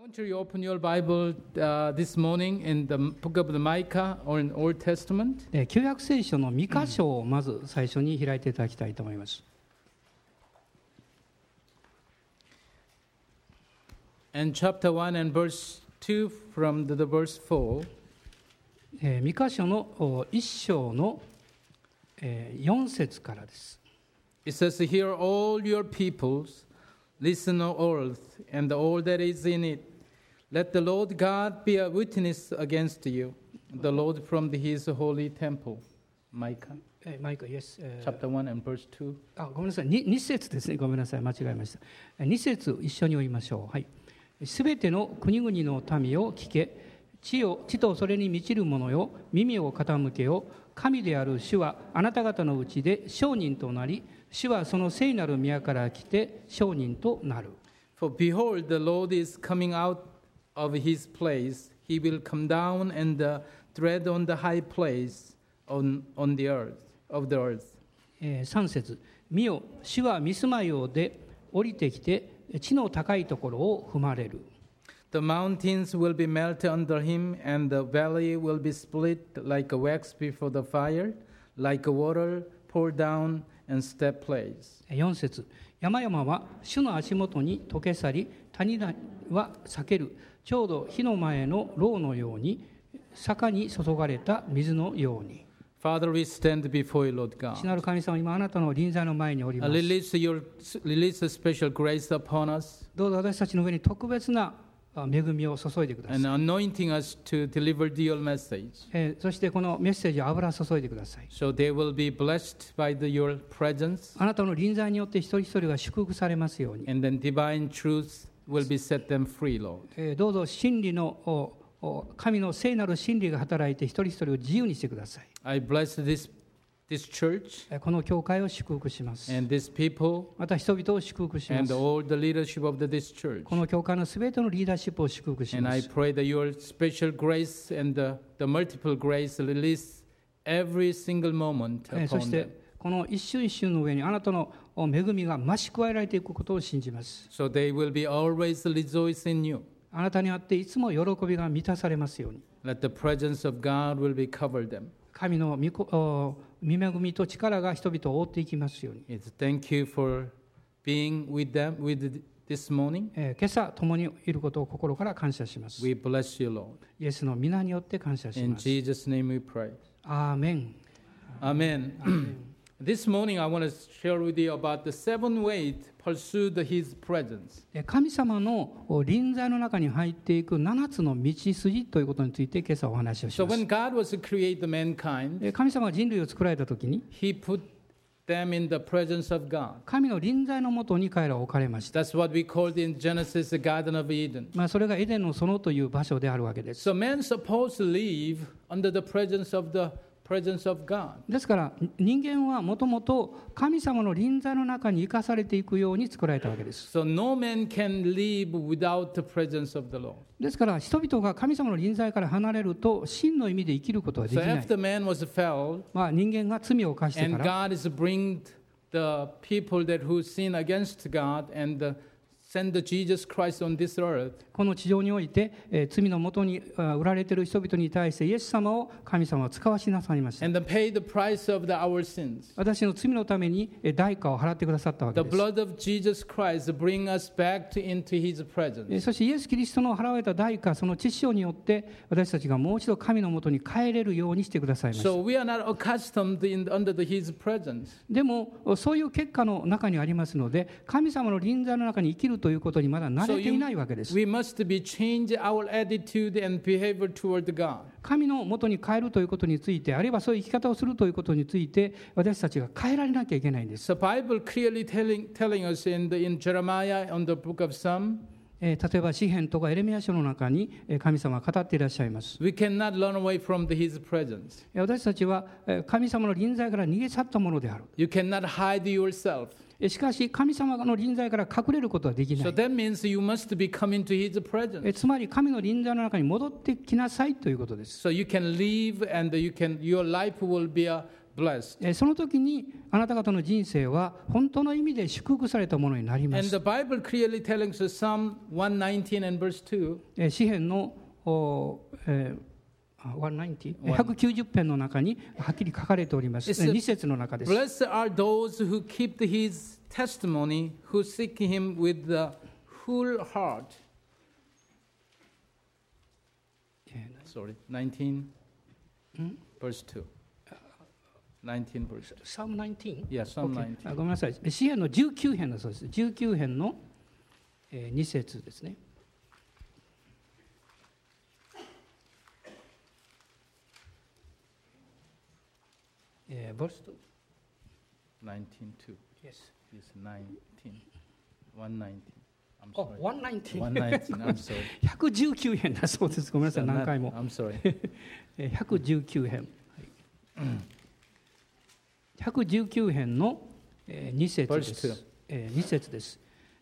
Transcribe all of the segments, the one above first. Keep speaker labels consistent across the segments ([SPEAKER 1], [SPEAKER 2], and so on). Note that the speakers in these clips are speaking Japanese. [SPEAKER 1] want you to open your Bible uh, this morning in the book of the Micah or in Old Testament.
[SPEAKER 2] えー旧約聖書の2箇所をまず最初に開いていただきたいと思います。
[SPEAKER 1] And chapter 1 and verse 2 from the, the verse 4.
[SPEAKER 2] えー2箇所の1章の4節からです。
[SPEAKER 1] It says, Hear all your peoples, listen, O earth, and all that is in it. Let the Lord God be a witness against you, the Lord from his holy temple. Micah
[SPEAKER 2] えーマイク、イエス。えー
[SPEAKER 1] chapter 1 and verse 2.
[SPEAKER 2] あごめんなさい 2, 節ですねごめんなさい間違えました2節一緒に読みましょうはいすべての国々の民を聞け地を地とそれに満ちる者よ耳を傾けよ神である主はあなた方のうちで商人となり主はその聖なる宮から来て商人となる
[SPEAKER 1] For behold, the Lord is coming out of his place. He will come down and uh, tread on the high place on, on the earth, of the earth.
[SPEAKER 2] えー3節見よ主は見住まいをで降りてきて地の高いところを踏まれる
[SPEAKER 1] The mountains will be melted under him, and the valley will be split like a wax before the fire, like a water poured down and step place.
[SPEAKER 2] 4節山々は主の足元に溶け去り谷々は裂けるちょうど火の前の牢のように坂に注がれた水のように
[SPEAKER 1] Father, we stand before you, Lord
[SPEAKER 2] 父
[SPEAKER 1] God.
[SPEAKER 2] なる神様今あなたの臨在の前におりま
[SPEAKER 1] Uh,
[SPEAKER 2] す
[SPEAKER 1] release, your, release a special grace upon us.
[SPEAKER 2] どうぞ私たちの上に特別なあ恵みを注いでください
[SPEAKER 1] and、anointing us to deliver your message.
[SPEAKER 2] えーそしてこのメッセージを油注いでください
[SPEAKER 1] So they will be blessed by the- your presence,
[SPEAKER 2] あなたの臨在によって一人一人が祝福されますように、
[SPEAKER 1] and then divine truth will be set them free, Lord.
[SPEAKER 2] えーどうぞ真理のおお神の聖なる真理が働いて一人一人を自由にしてください
[SPEAKER 1] I bless this, this church
[SPEAKER 2] えーこの教会を祝福します、
[SPEAKER 1] and this people
[SPEAKER 2] また人々を祝福しま
[SPEAKER 1] and
[SPEAKER 2] す。
[SPEAKER 1] all the leadership of the, this church.
[SPEAKER 2] この教会のすべてのリーダーシップを祝福し
[SPEAKER 1] And
[SPEAKER 2] ま
[SPEAKER 1] I
[SPEAKER 2] す。
[SPEAKER 1] pray that your special grace and the, the multiple grace release every single moment
[SPEAKER 2] えーそし
[SPEAKER 1] upon
[SPEAKER 2] て
[SPEAKER 1] them.
[SPEAKER 2] この一瞬一瞬の上にあなたのお恵みが増し加えられていくことを信じます。
[SPEAKER 1] So they will be always rejoicing in you.
[SPEAKER 2] あなたにあっていつも喜びが満たされますように。
[SPEAKER 1] Let the presence of God will be cover them.
[SPEAKER 2] 神の御こお御恵みと力が人々を覆っていきますように。
[SPEAKER 1] It's thank you for being with them with this morning.
[SPEAKER 2] えー今朝共にいることを心から感謝します。
[SPEAKER 1] We bless you, Lord.
[SPEAKER 2] イエスの皆によって感謝し
[SPEAKER 1] In
[SPEAKER 2] ます。
[SPEAKER 1] Jesus' name we pray.
[SPEAKER 2] アーメン。
[SPEAKER 1] Amen. this morning I want to share with you about the seven ways to pursue the- His presence.
[SPEAKER 2] えー神様のお臨在の中に入っていく7つの道筋ということについて今朝お話をし
[SPEAKER 1] So
[SPEAKER 2] ます。
[SPEAKER 1] when God was to create the mankind,
[SPEAKER 2] えー神様が人類を作られた時に
[SPEAKER 1] He put them in the presence of God.
[SPEAKER 2] 神の臨在のもとに彼らを置かれました、
[SPEAKER 1] That's what we called in Genesis the Garden of Eden.
[SPEAKER 2] まあ、それがエデンの園という場所であるわけです
[SPEAKER 1] So man's supposed to live under the presence of the presence of God.
[SPEAKER 2] ですから人間はもともと神様の臨在の中に生かされていくように作られたわけです
[SPEAKER 1] So no man can live without the presence of the Lord.
[SPEAKER 2] ですから人々が神様の臨在から離れると真の意味で生きることはでき
[SPEAKER 1] So
[SPEAKER 2] ない
[SPEAKER 1] after man was fell,
[SPEAKER 2] まあ、人間が罪を犯してか
[SPEAKER 1] and
[SPEAKER 2] ら
[SPEAKER 1] God is bring the people that who sin against God and uh, send the Jesus Christ on this earth.
[SPEAKER 2] この地上において、えー罪のもとにあ売られている人々に対してイエス様を神様は使わしなさいました
[SPEAKER 1] And then pay the price of the, our sins.
[SPEAKER 2] 私の罪のためにえー代価を払ってくださったわけ
[SPEAKER 1] The
[SPEAKER 2] です
[SPEAKER 1] blood of Jesus Christ bring us back to, into His
[SPEAKER 2] えー
[SPEAKER 1] presence.
[SPEAKER 2] そしてイエス・キリストの払われた代価、その血潮によって、私たちがもう一度神のもとに帰れるようにしてくださいました。
[SPEAKER 1] So we are not accustomed in, under the, His presence.
[SPEAKER 2] でも、そういう結果の中にありますので、神様の臨在の中に生きるということにまだ慣れていないわけです。
[SPEAKER 1] We must be change our attitude and behavior toward God.
[SPEAKER 2] 神のもとに帰るということについて、あるいはそういう生き方をするということについて、私たちが変えられなきゃいけないんです。
[SPEAKER 1] So Bible clearly telling, telling us in, the, in Jeremiah on the book of Psalm,
[SPEAKER 2] えー例えば、詩篇とかエレミア書の中に、えー神様は語っていらっしゃいます。
[SPEAKER 1] we cannot run away from the, His presence.
[SPEAKER 2] えー私たちは、えー神様の臨在から逃げ去ったものである。
[SPEAKER 1] You cannot hide yourself.
[SPEAKER 2] えーしかし、神様の臨在から隠れることはできない
[SPEAKER 1] So。that means you must be coming to His presence.
[SPEAKER 2] えつまり神の臨在の中に戻ってきなさいということです。
[SPEAKER 1] So you can live and you can your life will be a blessed.
[SPEAKER 2] えーその時にあなた方の人生は本当の意味で祝福されたものになりま
[SPEAKER 1] And
[SPEAKER 2] す。
[SPEAKER 1] the Bible clearly tells us Psalm 119 and verse 2.
[SPEAKER 2] えー詩篇のおー、えーあ190えー190編の中にはっきり書かれております。
[SPEAKER 1] It's a-
[SPEAKER 2] 2節の中です。
[SPEAKER 1] Blessed are those who keep his testimony, who seek him with the whole heart. Sorry, 19 verse 2. 19 verse 2.
[SPEAKER 2] サム19
[SPEAKER 1] Yeah, Psalm 19.
[SPEAKER 2] あごめんなさい。詩篇の19編だそうです。19編の、え2節ですね。えー、ボルスト
[SPEAKER 1] 19 2.
[SPEAKER 2] Yes.
[SPEAKER 1] Yes, 19. 119. I'm
[SPEAKER 2] あ、
[SPEAKER 1] sorry. 119. I'm sorry.
[SPEAKER 2] 119。119編だそうです。ごめんなさい。何回も。
[SPEAKER 1] I'm sorry.
[SPEAKER 2] えー119編。119編の2節で
[SPEAKER 1] Verse
[SPEAKER 2] す。2節です。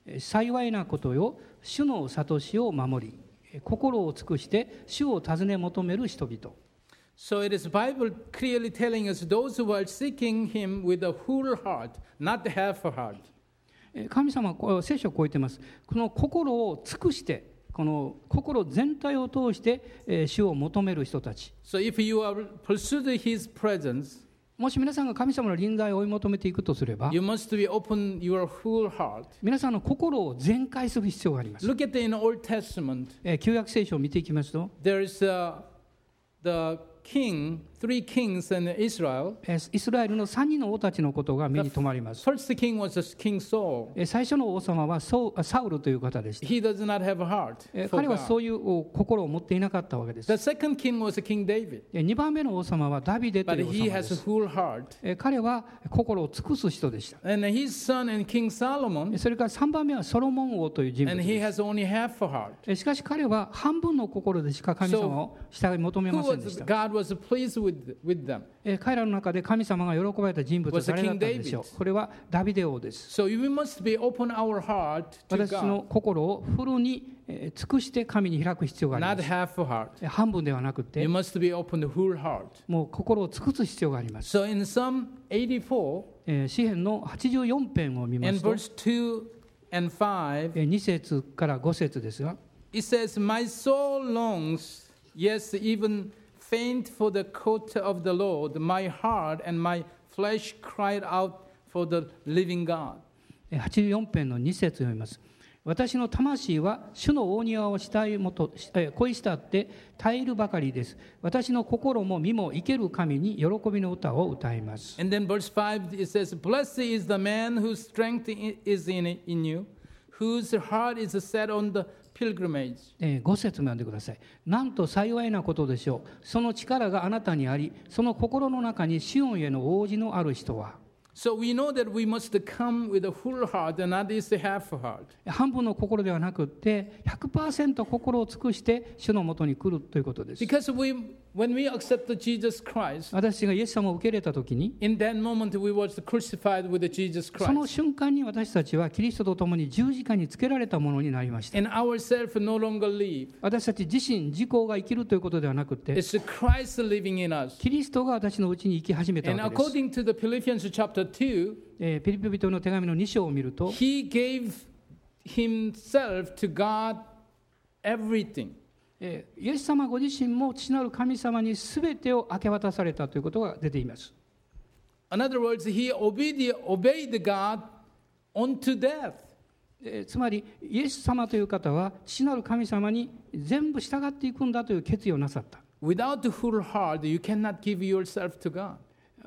[SPEAKER 2] えー幸いなことよ、主の悟しを守り、えー心を尽くして主を尋ね求める人々。
[SPEAKER 1] So it is Bible clearly telling us those who are seeking him with a whole heart, not half a heart.
[SPEAKER 2] えー神様はこう聖書を超えてます。この心を尽くして、この心全体を通してえー主を求める人たち。
[SPEAKER 1] So if you are pursuing his presence,
[SPEAKER 2] もし皆さんが神様の臨在を追い求めていくとすれば、
[SPEAKER 1] you must be open your whole heart.
[SPEAKER 2] 皆さんの心を全開する必要があります。
[SPEAKER 1] Look at the in Old Testament.
[SPEAKER 2] えー旧約聖書を見ていきますと、
[SPEAKER 1] There is uh, the king, three kings in Israel.
[SPEAKER 2] えーイスラエルの3人の王たちのことが目に留まります。
[SPEAKER 1] First king was this King Saul.
[SPEAKER 2] えー最初の王様はソウサウルという方でした。
[SPEAKER 1] He does not have a heart
[SPEAKER 2] えー
[SPEAKER 1] for
[SPEAKER 2] 彼は
[SPEAKER 1] God.
[SPEAKER 2] そういうお心を持っていなかったわけです。
[SPEAKER 1] The second king was King David,
[SPEAKER 2] 2番目の王様はダビデと
[SPEAKER 1] but
[SPEAKER 2] いう王
[SPEAKER 1] he
[SPEAKER 2] 様で
[SPEAKER 1] has a
[SPEAKER 2] す。
[SPEAKER 1] whole heart.
[SPEAKER 2] えー彼は心を尽くす人でした。
[SPEAKER 1] And his son and King
[SPEAKER 2] えー
[SPEAKER 1] Solomon,
[SPEAKER 2] それから3番目はソロモン王という人物
[SPEAKER 1] and he
[SPEAKER 2] です。
[SPEAKER 1] has only half a heart.
[SPEAKER 2] えーしかし彼は半分の心でしか神様を従い求め
[SPEAKER 1] Who
[SPEAKER 2] ませんでし
[SPEAKER 1] was
[SPEAKER 2] た。
[SPEAKER 1] God was pleased with, with them.
[SPEAKER 2] えー彼らの中で神様が喜ばれた人物は
[SPEAKER 1] Was the
[SPEAKER 2] 誰だったでしょ
[SPEAKER 1] King
[SPEAKER 2] うこれはダビデ王です。
[SPEAKER 1] So we must be open our heart to
[SPEAKER 2] 私
[SPEAKER 1] God,
[SPEAKER 2] の心をフルにえー尽くして神に開く必要がありま
[SPEAKER 1] not
[SPEAKER 2] す
[SPEAKER 1] half a heart.
[SPEAKER 2] えー。半分ではなく
[SPEAKER 1] You
[SPEAKER 2] て、
[SPEAKER 1] must be open the whole heart.
[SPEAKER 2] もう心を尽くす必要があります。
[SPEAKER 1] So in Psalm 84,
[SPEAKER 2] えー詩篇の84編を見ま
[SPEAKER 1] in
[SPEAKER 2] すと、
[SPEAKER 1] verse 2 and 5,
[SPEAKER 2] 2節から5節ですが、
[SPEAKER 1] it says, My soul longs, yes, even faint for the coat of the Lord. My heart and my flesh cried out for the living God.
[SPEAKER 2] えー84編の2節読みます。私の魂は主の大庭をしたいもと、えー恋したって耐えるばかりです。私の心も身も生ける神に喜びの歌を歌います。
[SPEAKER 1] And then verse 5 it says, Blessed is the man whose strength i- is in, in you, whose heart is set on the pilgrimage.
[SPEAKER 2] えー、5節も読んでください。なんと幸いなことでしょう。その力があなたにあり、その心の中にシオンへの王子のある人は。
[SPEAKER 1] So we know that we must come with a full heart and not just a half heart.
[SPEAKER 2] 半分の心ではなくって100%心を尽くして主のもとに来るということです。
[SPEAKER 1] Because we, when we accept Jesus Christ,
[SPEAKER 2] 私がイエス様を受け入れた時に
[SPEAKER 1] in that moment we was crucified with Jesus
[SPEAKER 2] その
[SPEAKER 1] Christ.
[SPEAKER 2] 瞬間に私たちはキリストと共に十字架につけられたものになりました。
[SPEAKER 1] And ourselves no longer live.
[SPEAKER 2] 私たち自身自己が生きるということではなくて
[SPEAKER 1] It's Christ living in us.
[SPEAKER 2] キリストが私のうちに生き始めた
[SPEAKER 1] And
[SPEAKER 2] わけです。
[SPEAKER 1] according to the Philippians chapter 2,
[SPEAKER 2] えーピリピリ人の手紙の2章を見ると
[SPEAKER 1] he gave himself to God everything.
[SPEAKER 2] えーイエス様ご自身も父なる神様に全てを明け渡されたということが出ています。
[SPEAKER 1] In other words, he obeyed, obeyed God unto death.
[SPEAKER 2] えーつまりイエス様という方は父なる神様に全部従っていくんだという決意をなさった。
[SPEAKER 1] Without the full heart, you cannot give yourself to God.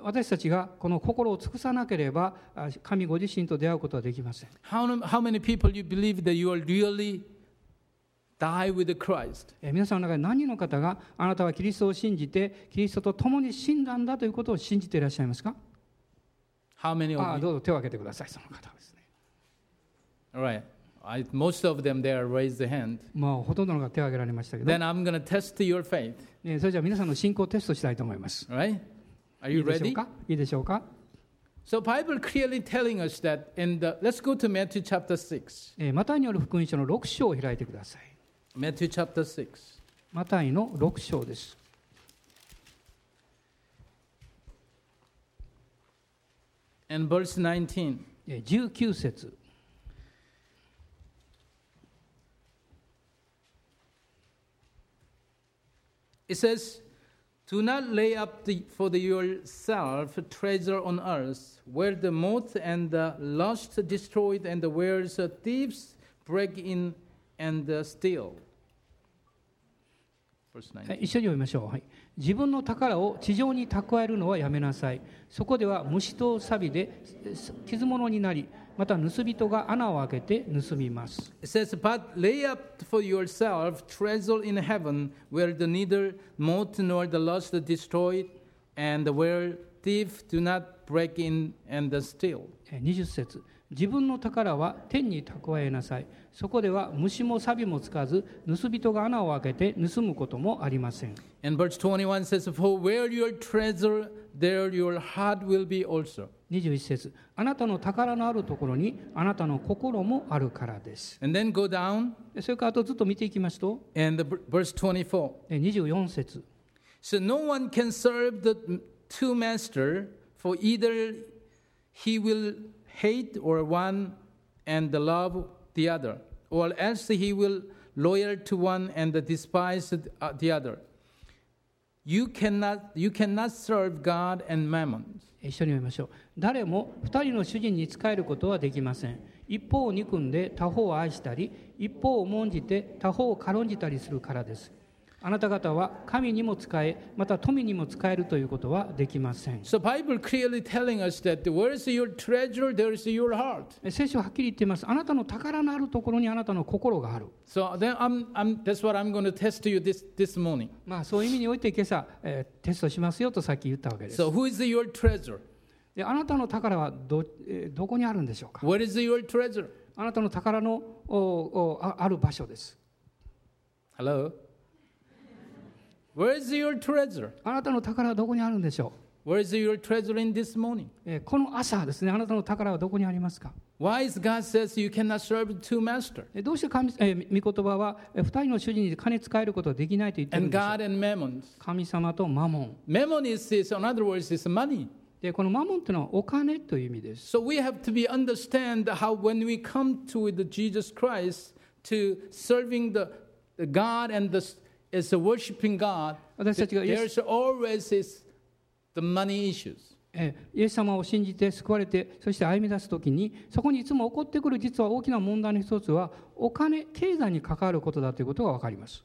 [SPEAKER 2] 私たちがこの心を尽くさなければあ神ご自身と出会うことはできません。
[SPEAKER 1] How, how many people you believe that you will really die with Christ?
[SPEAKER 2] えー皆さんの中で何人の方があなたはキリストを信じてキリストと共に死んだんだということを信じていらっしゃいますか
[SPEAKER 1] How many
[SPEAKER 2] あ
[SPEAKER 1] of
[SPEAKER 2] あ
[SPEAKER 1] you?
[SPEAKER 2] どうぞ手を挙げてくださいその方ですね。
[SPEAKER 1] All right. I, most of them there raised the hand.
[SPEAKER 2] まあほとんどの方が手を挙げられましたけど、
[SPEAKER 1] Then I'm going to test your faith.
[SPEAKER 2] ねそれじゃあ皆さんの信仰をテストしたいと思います。
[SPEAKER 1] All right? Are
[SPEAKER 2] い
[SPEAKER 1] you
[SPEAKER 2] いでしょう
[SPEAKER 1] ready?
[SPEAKER 2] かいいでしょうか
[SPEAKER 1] So Bible clearly telling us that in the let's go to Matthew chapter 6.
[SPEAKER 2] えーマタイによる福音書の6章を開いてください。
[SPEAKER 1] Matthew chapter 6.
[SPEAKER 2] マタイの6章です。
[SPEAKER 1] And verse 19
[SPEAKER 2] えー19節
[SPEAKER 1] it says, Do not lay up the, for the yourself treasure on earth, where the moth and the lust destroyed, and where the thieves break in and uh, steal. Verse 19.
[SPEAKER 2] はい一緒に読みましょう、はい、自分の宝を地上に蓄えるのはやめなさいそこでは虫と錆でえす傷物になりまた盗人が穴を開けて盗みます
[SPEAKER 1] It says, But lay up for yourself treasure in heaven, where the neither moth nor the lust destroy, and where thieves do not break in and steal.
[SPEAKER 2] えー20節自分の宝は天に蓄えなさいそこでは虫も錆もつかず盗人が穴を開けて盗むこともありません
[SPEAKER 1] And verse 21 says, For where your treasure, there your heart will be also.
[SPEAKER 2] 21節あなたの宝のあるところにあなたの心もあるからです
[SPEAKER 1] And then go down,
[SPEAKER 2] でそれからあとずっと見ていきますと
[SPEAKER 1] and the, v- verse 24.
[SPEAKER 2] え24節
[SPEAKER 1] So no one can serve the two masters, for either he will hate or one and love the other, or else he will loyal to one and despise uh, the other. You cannot, you cannot serve God and mammon.
[SPEAKER 2] 一緒に読みましょう誰も2人の主人に仕えることはできません一方を憎んで他方を愛したり一方を重んじて他方を軽んじたりするからですあなた方は神にも仕えまた富にも仕えるということはできません
[SPEAKER 1] So Bible clearly telling us that where is your treasure, there is your heart.
[SPEAKER 2] え聖書ははっきり言っていますあなたの宝のあるところにあなたの心がある
[SPEAKER 1] So then I'm, I'm, that's what I'm going to test you this, this morning.
[SPEAKER 2] まあそういう意味において今朝、えーテストしますよとさっき言ったわけです
[SPEAKER 1] So who is your treasure?
[SPEAKER 2] であなたの宝はど,、えーどこにあるんでしょうか
[SPEAKER 1] What is your treasure?
[SPEAKER 2] あなたの宝のおおあある場所です
[SPEAKER 1] Hello? Where is your treasure?
[SPEAKER 2] あなたの宝はどこにあるんでしょう
[SPEAKER 1] Where is your treasure in this morning?
[SPEAKER 2] えーこの朝ですね、あなたの宝はどこにありますか
[SPEAKER 1] Why is God says you cannot serve two masters?
[SPEAKER 2] えーどうして神、えー御言葉は、え2人の主人に金使えることはできないと言ってるん
[SPEAKER 1] And
[SPEAKER 2] でしょう
[SPEAKER 1] God and mammon.
[SPEAKER 2] 神様とマモン。
[SPEAKER 1] Mammon is, is in other words, is money.
[SPEAKER 2] で、このマモンというのはお金という意味です。
[SPEAKER 1] So we have to be understand how when we come to the Jesus Christ to serving the, the God and the, is worshiping God,
[SPEAKER 2] 私たちがイエス
[SPEAKER 1] there's always is the money issues.
[SPEAKER 2] えーイエス様を信じて救われて、そして歩み出すときに、そこにいつも起こってくる実は大きな問題の一つは、お金、経済に関わることだということが分かります。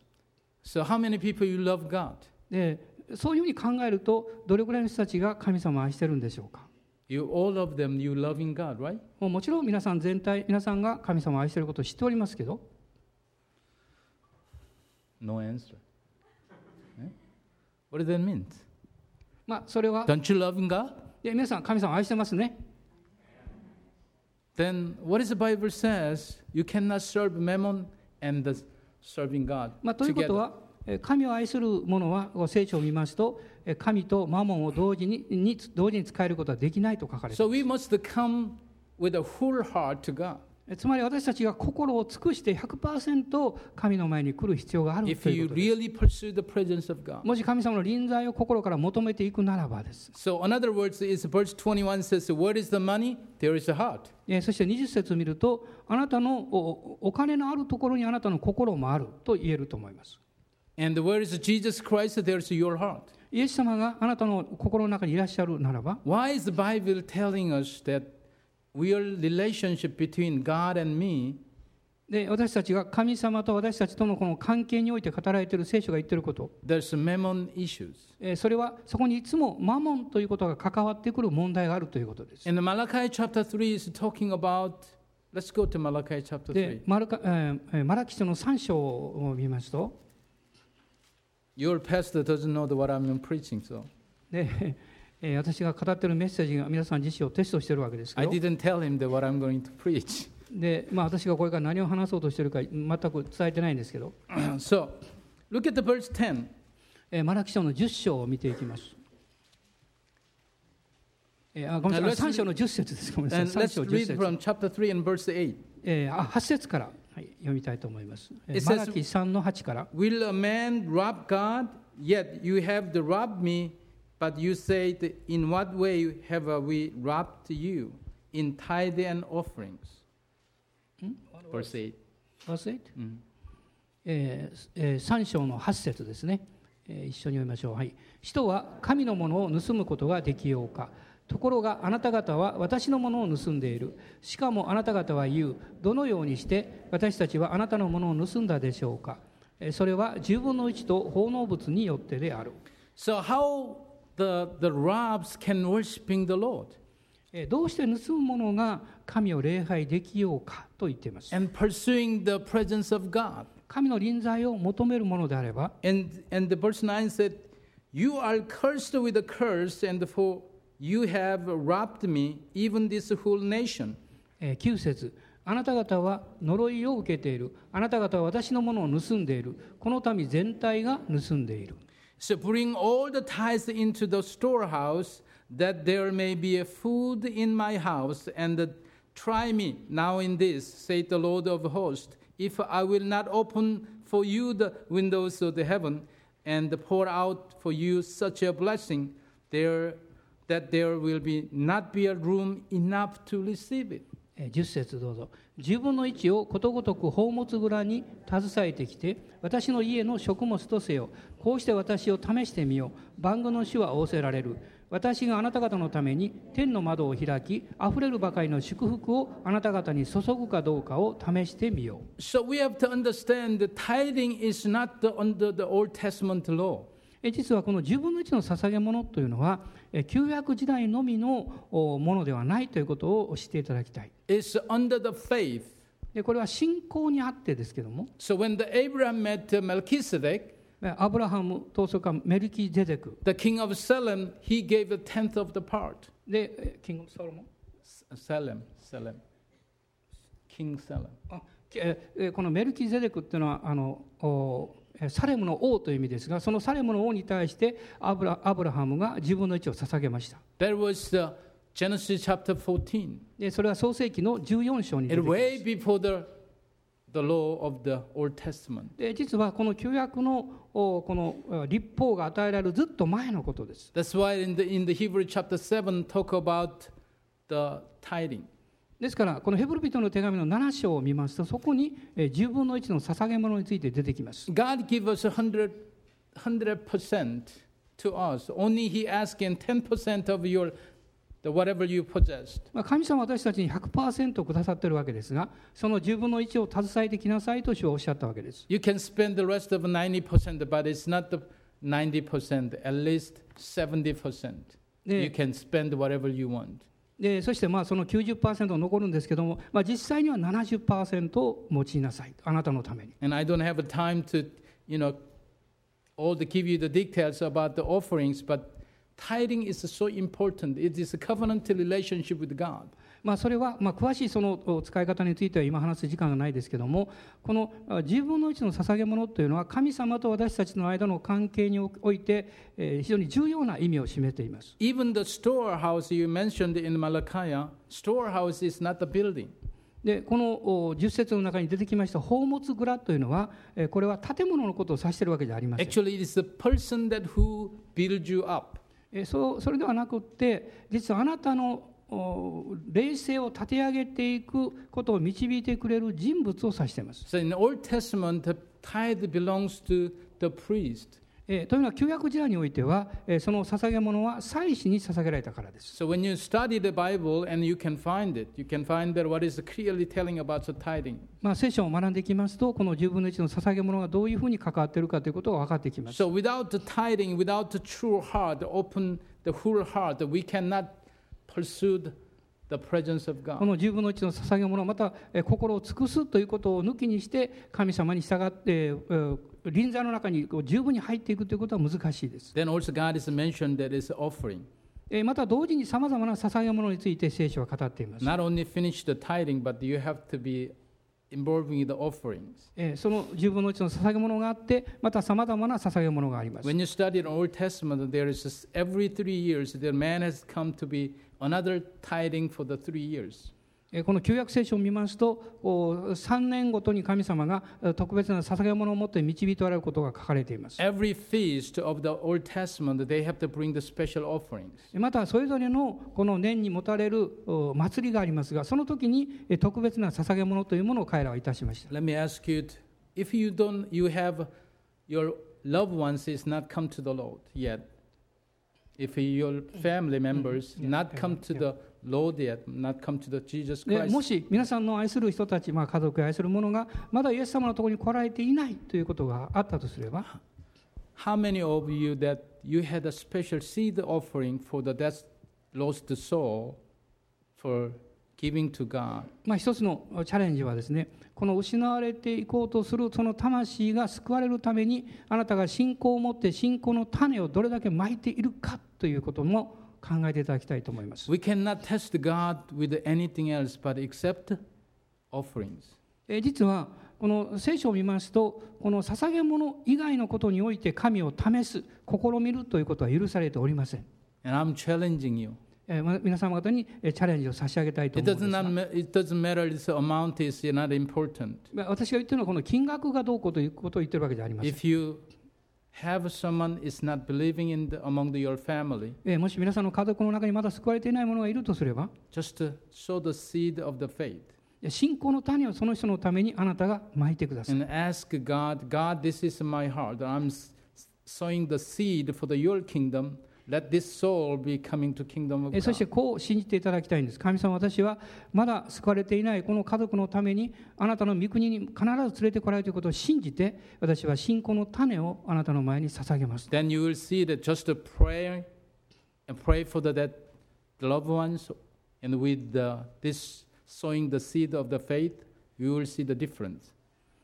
[SPEAKER 1] So how many people you love God?
[SPEAKER 2] で、そういうふうに考えると、どれぐらいの人たちが神様を愛してるんでしょうか。
[SPEAKER 1] You all of them you loving God, right?
[SPEAKER 2] もうもちろん皆さん全体、皆さんが神様を愛していることを知っておりますけど、
[SPEAKER 1] No answer. Eh? What does that mean?
[SPEAKER 2] まあ、それは
[SPEAKER 1] Don't you love God?
[SPEAKER 2] で皆さん神様を愛してますね
[SPEAKER 1] Then what is the Bible says? You cannot serve mammon and the serving God
[SPEAKER 2] まあ、ということ
[SPEAKER 1] together.
[SPEAKER 2] はえー神を愛する者はこう聖書を見ますとえー神とマモンを同時にに同時に使えることはできないと書かれてい
[SPEAKER 1] So
[SPEAKER 2] る
[SPEAKER 1] we must come with a whole heart to God.
[SPEAKER 2] えーつまり私たちが心を尽くして100%神の前に来る必要がある
[SPEAKER 1] If
[SPEAKER 2] という
[SPEAKER 1] you
[SPEAKER 2] ことです
[SPEAKER 1] really pursue the presence of God.
[SPEAKER 2] もし神様の臨在を心から求めていくならばです、
[SPEAKER 1] So in other words, is verse 21 says, "What is the money? There is a heart."
[SPEAKER 2] えーそして20節を見るとあなたのおお金のあるところにあなたの心もあると言えると思います
[SPEAKER 1] And where is Jesus Christ? There is your heart.
[SPEAKER 2] イエス様があなたの心の中にいらっしゃるならば
[SPEAKER 1] Why is the Bible telling us that real relationship between God and me
[SPEAKER 2] で私たちが神様と私たちとのこの関係において語られている聖書が言っていること、
[SPEAKER 1] there's mammon issues?
[SPEAKER 2] えーそれはそこにいつもマモンということが関わってくる問題があるということです。
[SPEAKER 1] And Malachi chapter 3 is talking about let's go to Malachi chapter 3.
[SPEAKER 2] でマルカ、えーえーマラキ書の3章を見ますと、
[SPEAKER 1] Your pastor doesn't know the- what I'm preaching, so
[SPEAKER 2] で えー私が語っているメッセージが皆さん自身をテストしているわけですけ
[SPEAKER 1] I
[SPEAKER 2] ど、
[SPEAKER 1] didn't tell him that what I'm going to preach.
[SPEAKER 2] でまあ、私がこれから何を話そうとしているか全く伝えてないんですけど、
[SPEAKER 1] so look at the verse 10.
[SPEAKER 2] えーマラキ書の10章を見ていきます。えーあごめんなさい、3章の10節です。ごめんなさい、
[SPEAKER 1] And
[SPEAKER 2] 3
[SPEAKER 1] let's
[SPEAKER 2] 章10
[SPEAKER 1] read
[SPEAKER 2] 節。
[SPEAKER 1] from chapter 3 and verse 8.
[SPEAKER 2] えーあ8節から、はい、読みたいと思います。えー
[SPEAKER 1] It
[SPEAKER 2] マ
[SPEAKER 1] says-
[SPEAKER 2] ラキ3の8から、
[SPEAKER 1] Will a man rob God? Yet you have the robbed me. But you said, In what way have uh, we robbed you? In tithe and offerings. Hmm? Verse 8.
[SPEAKER 2] Verse 8?
[SPEAKER 1] うん
[SPEAKER 2] えーえ3章の8節ですね、えー一緒に読みましょう、はい、人は神のものを盗むことができようかところがあなた方は私のものを盗んでいるしかもあなた方は言うどのようにして私たちはあなたのものを盗んだでしょうかえーそれは10分の1と奉納物によってである、
[SPEAKER 1] So, how the, the robs can worshiping the Lord
[SPEAKER 2] えーどうして盗む者が神を礼拝できようかと言っています
[SPEAKER 1] and pursuing the presence of God.
[SPEAKER 2] 神の臨在を求めるものであれば
[SPEAKER 1] And, and the verse 9 said, You are cursed with a curse, and for you have robbed me, even this whole nation.
[SPEAKER 2] えー9節あなた方は呪いを受けているあなた方は私のものを盗んでいるこの民全体が盗んでいる
[SPEAKER 1] So bring all the tithes into the storehouse, that there may be a food in my house, and try me now in this, saith the Lord of hosts, if I will not open for you the windows of the heaven, and pour out for you such a blessing, there that there will be not be a room enough to receive it.
[SPEAKER 2] えー10節どうぞ10分の1をことごとく宝物蔵に携えてきて私の家の食物とせよこうして私を試してみよう番組の主は仰せられる私があなた方のために天の窓を開きあふれるばかりの祝福をあなた方に注ぐかどうかを試してみよう
[SPEAKER 1] So we have to understand that tithing is not the, under the Old Testament law.
[SPEAKER 2] え実はこの10分の1の捧げ物というのはえ旧約時代のみのおものではないということを知っていただきたい
[SPEAKER 1] It's under the faith.
[SPEAKER 2] でこれは信仰にあってですけども
[SPEAKER 1] So when the Abraham met uh, Melchizedek,
[SPEAKER 2] えアブラハムとそれからメルキゼデク
[SPEAKER 1] the king of Salem, he gave a tenth of the part.
[SPEAKER 2] でえキング・ソロモン
[SPEAKER 1] S- uh, Salem, Salem, King Salem.
[SPEAKER 2] あええこのメルキゼデクっていうのはあのおえサレムの王という意味ですがそのサレムの王に対してアブラアブラハムが10分の1を捧げました
[SPEAKER 1] That was uh, Genesis chapter 14.
[SPEAKER 2] でそれは創世紀の14章に出て
[SPEAKER 1] And
[SPEAKER 2] きます
[SPEAKER 1] way before the, the law of the Old Testament.
[SPEAKER 2] で実はこの旧約のおこのえ立法が与えられるずっと前のことです。
[SPEAKER 1] That's why in the, in the Hebrew chapter 7 talk about the tithing.
[SPEAKER 2] ですからこのヘブル人の手紙の7章を見ますとそこにえー10分の1の捧げ物について出てきます。
[SPEAKER 1] God give us 100, 100% to us. Only he asked in 10% of your, the, whatever you possessed.
[SPEAKER 2] まあ、神様は私たちに100%くださってるわけですがその10分の1を携えてきなさいと主はおっしゃったわけです。
[SPEAKER 1] You can spend the rest of 90%, but it's not the 90%, at least 70%.
[SPEAKER 2] Yeah.
[SPEAKER 1] You can spend whatever you want.
[SPEAKER 2] でそしてまあその90%残るんですけども、まあ、実際には70%を用いなさいあなたのために。
[SPEAKER 1] And I don't have time to, you know, all to give you the details about the offerings, but tithing is so important. It is a covenant relationship with God.
[SPEAKER 2] まあ、それは、まあ、詳しいそのお使い方については今話す時間がないですけどもこのあ10分の1の捧げ物というのは神様と私たちの間の関係において、えー非常に重要な意味を占めています、
[SPEAKER 1] Even the storehouse you mentioned in Malachi, storehouse is not the building.
[SPEAKER 2] でこのお10節の中に出てきました宝物蔵というのは、えーこれは建物のことを指しているわけじゃありません、
[SPEAKER 1] Actually, it is the person that who builds you up.
[SPEAKER 2] えーそうそれではなくって実はあなたのお霊性を立て上げていくことを導いてくれる人物を指しています
[SPEAKER 1] So in the Old Testament, the tithe belongs to the priest.
[SPEAKER 2] えーというのは旧約時代においては、えーその捧げ物は祭司に捧げられたからです。
[SPEAKER 1] So when you study the Bible and you can find it, you can find that what is clearly telling about the tithing.
[SPEAKER 2] まあ、聖書を学んでいきますとこの10分の1の捧げ物がどういうふうに関わっているかということが分かってきます。
[SPEAKER 1] So without the tithing, without the true heart, the open the whole heart, we cannot pursue the presence of
[SPEAKER 2] こ
[SPEAKER 1] God.
[SPEAKER 2] の10分の1の捧げ物また、えー心を尽くすということを抜きにして神様に従って、えーえー臨座の中にこう十分に入っていくということは難しいです。
[SPEAKER 1] Then also God is mentioned that is offering.
[SPEAKER 2] えーまた同時にさまざまな捧げ物について聖書は語っています。
[SPEAKER 1] Not only finish the tithing, but you have to be involved in the offerings.
[SPEAKER 2] えーその10分の1の捧げ物があってまたさまざまな捧げ物があります。
[SPEAKER 1] When you study the Old Testament, there is this- every three years the man has come to be another tithing for the three years.
[SPEAKER 2] えーこの旧約聖書を見ますと3年ごとに神様がえー特別な捧げ物を持って導いておられることが書かれています
[SPEAKER 1] Every feast of the Old Testament, they have to bring the special offerings.
[SPEAKER 2] またそれぞれのこの年に持たれるお祭りがありますがその時にえー特別な捧げ物というものを彼らはいたしました
[SPEAKER 1] Let me ask you, t- if you don't, you have your loved ones is not come to the Lord yet. If your family members
[SPEAKER 2] Mm-hmm. yeah,
[SPEAKER 1] not
[SPEAKER 2] yeah,
[SPEAKER 1] come to
[SPEAKER 2] yeah.
[SPEAKER 1] the Lord yet, not come to the Jesus
[SPEAKER 2] で
[SPEAKER 1] Christ,
[SPEAKER 2] もし皆さんの愛する人たち、まあ、家族や愛する者がまだイエス様のところに来られていないということがあったとすれば
[SPEAKER 1] how many of you that you had a special seed offering for the that's lost soul for giving to God?
[SPEAKER 2] まあ、一つのチャレンジはですねこの失われていこうとするその魂が救われるためにあなたが信仰を持って信仰の種をどれだけまいているかということも考えていただきたいと思います
[SPEAKER 1] We cannot test God with anything else but except offerings.
[SPEAKER 2] えー実はこの聖書を見ますとこの捧げ物以外のことにおいて神を試す試みるということは許されておりません、
[SPEAKER 1] And I'm challenging you.
[SPEAKER 2] えーま皆様方にえーチャレンジを差し上げたいと
[SPEAKER 1] It
[SPEAKER 2] 思います
[SPEAKER 1] doesn't, not, ma- it doesn't matter if the amount is not important.
[SPEAKER 2] まあ私が言ってるのはこの金額がどうこうということを言ってるわけじゃありません、
[SPEAKER 1] If you have someone is not believing in the, among your family,
[SPEAKER 2] えーもし皆さんの家族の中にまだ救われていない者がいるとすれば
[SPEAKER 1] just uh, sow the seed of the faith
[SPEAKER 2] 信仰の種をその人のためにあなたがまいてください
[SPEAKER 1] and ask God, God, this is my heart. I'm s- sowing the seed for the, your kingdom. Let this soul be coming to kingdom
[SPEAKER 2] え
[SPEAKER 1] of
[SPEAKER 2] そして
[SPEAKER 1] God.
[SPEAKER 2] こう信じていただきたいんです神様私はまだ救われていないこの家族のためにあなたの御国に必ず連れてこられるということを信じて私は信仰の種をあなたの前に捧げます
[SPEAKER 1] Then you will see that just a prayer and pray for the, that loved ones and with uh, this sowing the seed of the faith, you will see the difference.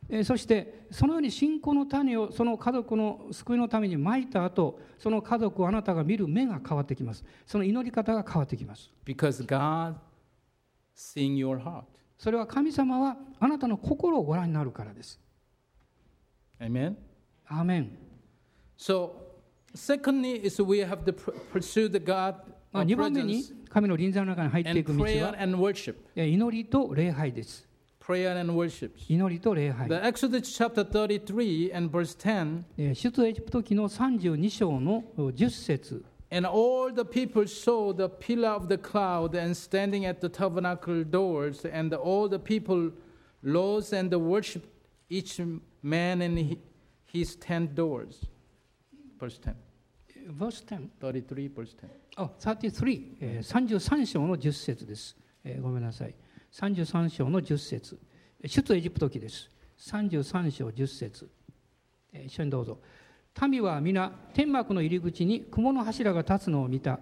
[SPEAKER 2] えーそしてそのように信仰の種をその家族の救いのためにまいた後その家族をあなたが見る目が変わってきますその祈り方が変わってきます
[SPEAKER 1] Because God seeing your heart.
[SPEAKER 2] それは神様はあなたの心をご覧になるからです
[SPEAKER 1] Amen.
[SPEAKER 2] アーメン
[SPEAKER 1] So, secondly is we have to pr- pursue the God
[SPEAKER 2] まあ
[SPEAKER 1] of
[SPEAKER 2] 2番目に
[SPEAKER 1] presence
[SPEAKER 2] 神の臨在の中に入ってい
[SPEAKER 1] and
[SPEAKER 2] く道
[SPEAKER 1] prayer
[SPEAKER 2] は
[SPEAKER 1] and worship.
[SPEAKER 2] え祈りと礼拝です
[SPEAKER 1] Prayer and worship.
[SPEAKER 2] 祈りと礼拝
[SPEAKER 1] The Exodus chapter 33 and verse 10,
[SPEAKER 2] え出エジプト記の32章の10節
[SPEAKER 1] and all the people saw the pillar of the cloud and standing at the tabernacle doors, and all the people rose and worshipped each man in hi- his tent doors. Verse 10,
[SPEAKER 2] verse 10
[SPEAKER 1] 33 verse 10.
[SPEAKER 2] あ33、えー、33章の10節です、えーごめんなさい33章の10節出エジプト記です33章10節、えー一緒にどうぞ民は皆天幕の入り口に雲の柱が立つのを見た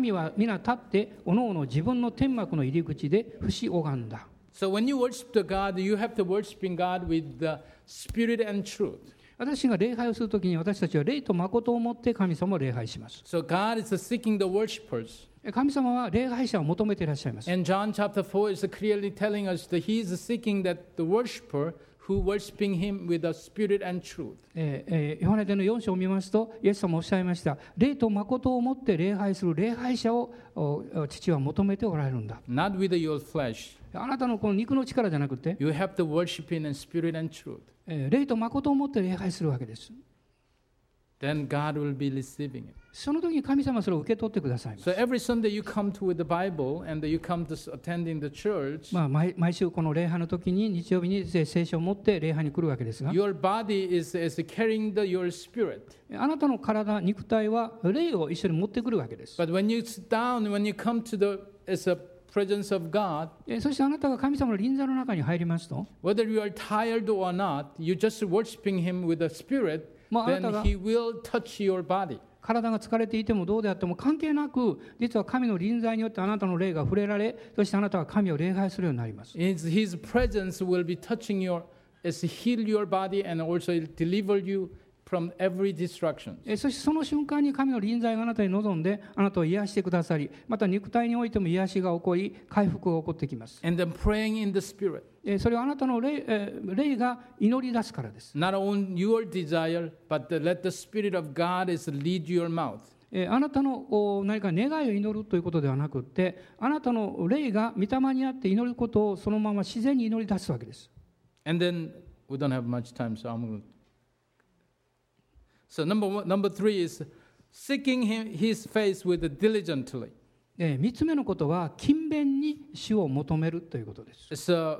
[SPEAKER 2] 民は皆立っておのおの自分の天幕の入り口で節拝んだ
[SPEAKER 1] So when you worship the God, you have to worship in God with the spirit and truth.
[SPEAKER 2] 私が礼拝をするときに私たちは霊と誠を持って神様を礼拝します
[SPEAKER 1] So God is seeking the worshipers.
[SPEAKER 2] 神様は礼拝者を求めていらっしゃいます
[SPEAKER 1] And John chapter 4 is clearly telling us that he is seeking that the worshiper who worshiping him with the spirit and truth.
[SPEAKER 2] えーえーヨハネでの4章を見ますとイエス様おっしゃいました霊と誠を持って礼拝する礼拝者をおお父は求めておられるんだ
[SPEAKER 1] Not with your flesh.
[SPEAKER 2] あなたのこの肉の力じゃなくて、
[SPEAKER 1] You have to worship in spirit and truth.
[SPEAKER 2] えー霊と誠を持って礼拝するわけです
[SPEAKER 1] Then God will be receiving it.
[SPEAKER 2] その時に神様はそれを受け取ってくださいます
[SPEAKER 1] So every Sunday you come to with the Bible and you come to s- attending the church.
[SPEAKER 2] まあ、毎毎週この礼拝の時に日曜日に聖聖書を持って礼拝に来るわけですが
[SPEAKER 1] Your body is, is carrying the, your spirit.
[SPEAKER 2] あなたの体肉体は霊を一緒に持ってくるわけです
[SPEAKER 1] But when you sit down, when you come to the as a presence of God,
[SPEAKER 2] えーそしてあなたが神様の臨座の中に入りますと
[SPEAKER 1] whether you are tired or not, you just worshiping Him with the Spirit,
[SPEAKER 2] まあ、あなた
[SPEAKER 1] then
[SPEAKER 2] が
[SPEAKER 1] He will touch your body.
[SPEAKER 2] 体が疲れていてもどうであっても関係なく実は神の臨在によってあなたの霊が触れられそしてあなたは神を礼拝するようになります
[SPEAKER 1] His, his presence will be touching your, as heal your body and also deliver you from every destruction.
[SPEAKER 2] えそしてその瞬間に神の臨在があなたに臨んであなたを癒してくださりまた肉体においても癒しが起こり回復が起こってきます、
[SPEAKER 1] And then praying in the Spirit,
[SPEAKER 2] えそれはあなたの霊,、えー霊が祈り出すからです
[SPEAKER 1] not on your desire, but that let the Spirit of God is lead your mouth.
[SPEAKER 2] えーあなたのお何か願いを祈るということではなくってあなたの霊が御霊にあって祈ることをそのまま自然に祈り出すわけです
[SPEAKER 1] And then we don't have much time, so I'm going to. So number one, number three is seeking him, his face with diligently.
[SPEAKER 2] で3つ目のことは勤勉に主を求めるということです
[SPEAKER 1] So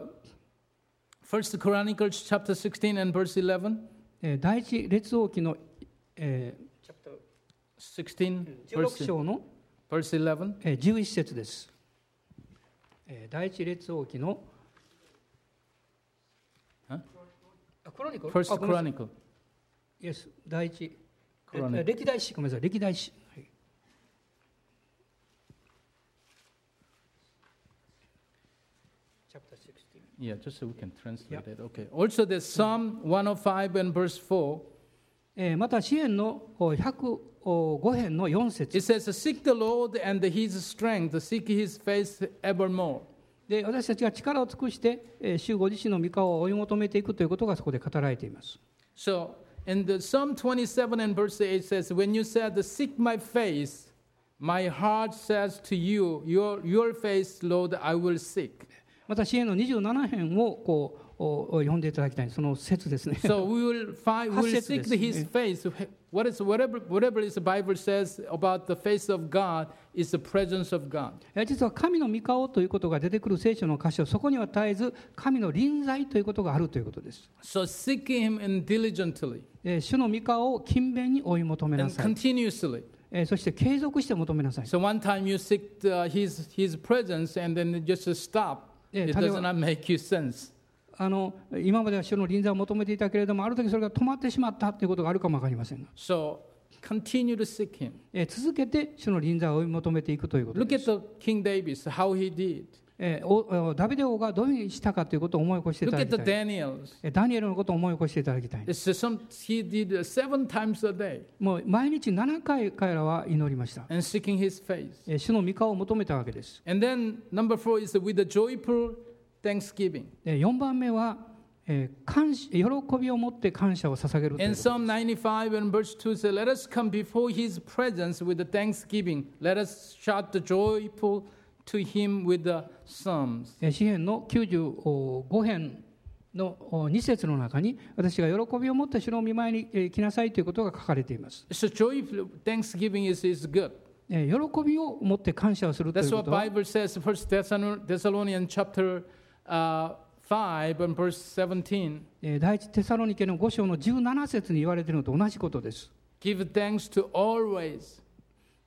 [SPEAKER 1] First Chronicles chapter 16 and verse 11,
[SPEAKER 2] えー第一列王記の、え
[SPEAKER 1] 16,
[SPEAKER 2] ー、
[SPEAKER 1] verse,
[SPEAKER 2] 16章の
[SPEAKER 1] verse 11.
[SPEAKER 2] えー11節です、えー第一列王記の
[SPEAKER 1] あ
[SPEAKER 2] あクロニクル
[SPEAKER 1] First
[SPEAKER 2] あごめんなさい
[SPEAKER 1] Chronicle.
[SPEAKER 2] Yes 第一え
[SPEAKER 1] Chronicle
[SPEAKER 2] ー歴代史ごめんなさい歴代史、はいチャプター16
[SPEAKER 1] Yeah, just so we can translate it. Okay. Also, there's Psalm 105 and verse 4.
[SPEAKER 2] えーまた支援のお105編の4節
[SPEAKER 1] It says, Seek the Lord and his strength, seek his face evermore.
[SPEAKER 2] で私たちが力を尽くして、えー主ご自身の御顔を追い求めていくということがそこで語られています
[SPEAKER 1] So, in the Psalm 27 and verse 8 says, When you said, Seek my face, my heart says to you, Your, your face, Lord, I will seek.
[SPEAKER 2] また支援の27編をこうおお読んでいただきた いその説ですね
[SPEAKER 1] So we will find, we will seek
[SPEAKER 2] Hasid desu,
[SPEAKER 1] his
[SPEAKER 2] yeah.
[SPEAKER 1] face. What is, whatever, whatever is the Bible says about the face of God is the presence of God.
[SPEAKER 2] えー実は神の御顔ということが出てくる聖書の箇所そこには絶えず神の臨在ということがあるということです、
[SPEAKER 1] So seek him and diligently
[SPEAKER 2] えー主の御顔を勤勉に追い求めな
[SPEAKER 1] and
[SPEAKER 2] さい、
[SPEAKER 1] continuously.
[SPEAKER 2] えーそして継続して求めなさい
[SPEAKER 1] So one time you seek uh, his, his presence and then just stop.
[SPEAKER 2] Yeah,
[SPEAKER 1] It
[SPEAKER 2] tell you
[SPEAKER 1] does
[SPEAKER 2] what-
[SPEAKER 1] not make you sense.
[SPEAKER 2] あの今までは主の臨在を求めていたけれどもある時それが止まってしまったということがあるかも分かりませんが、
[SPEAKER 1] So continue to seek him.
[SPEAKER 2] えー続けて主の臨在を追い求めていくということ
[SPEAKER 1] Look
[SPEAKER 2] で
[SPEAKER 1] at
[SPEAKER 2] す、
[SPEAKER 1] the King David, how he did.
[SPEAKER 2] えーおおダビデ王がどういうふうにしたかということを思い起こしてい
[SPEAKER 1] Look
[SPEAKER 2] ただ
[SPEAKER 1] at the
[SPEAKER 2] きたい
[SPEAKER 1] Daniels.
[SPEAKER 2] えーダニエルのことを思い起こしていただきたい
[SPEAKER 1] It's just some, he did uh, seven times a day
[SPEAKER 2] もう毎日7回からは祈りました、
[SPEAKER 1] and seeking his face.
[SPEAKER 2] えー主の御顔を求めたわけです、
[SPEAKER 1] And then number four is with a joyful thanksgiving.
[SPEAKER 2] え4番目は、えー感謝喜びを持って感謝を捧げるという
[SPEAKER 1] In
[SPEAKER 2] こと
[SPEAKER 1] Psalm 95 and verse 2 says, Let us come before his presence with the thanksgiving. Let us shout the joyful to him with the psalms.
[SPEAKER 2] えー詩編の95編の2節の中に私が喜びを持って主の御前にえー来なさいということが書かれています
[SPEAKER 1] So joyful thanksgiving is, is good.
[SPEAKER 2] えー喜びを持って感謝をするとい
[SPEAKER 1] That's
[SPEAKER 2] うこ
[SPEAKER 1] what
[SPEAKER 2] とは
[SPEAKER 1] Bible says, First Thessalon- Thessalonians chapter uh, 5 and verse 17.
[SPEAKER 2] えー第一テサロニケの5章の17節に言われているのと同じことです、
[SPEAKER 1] Give thanks to always,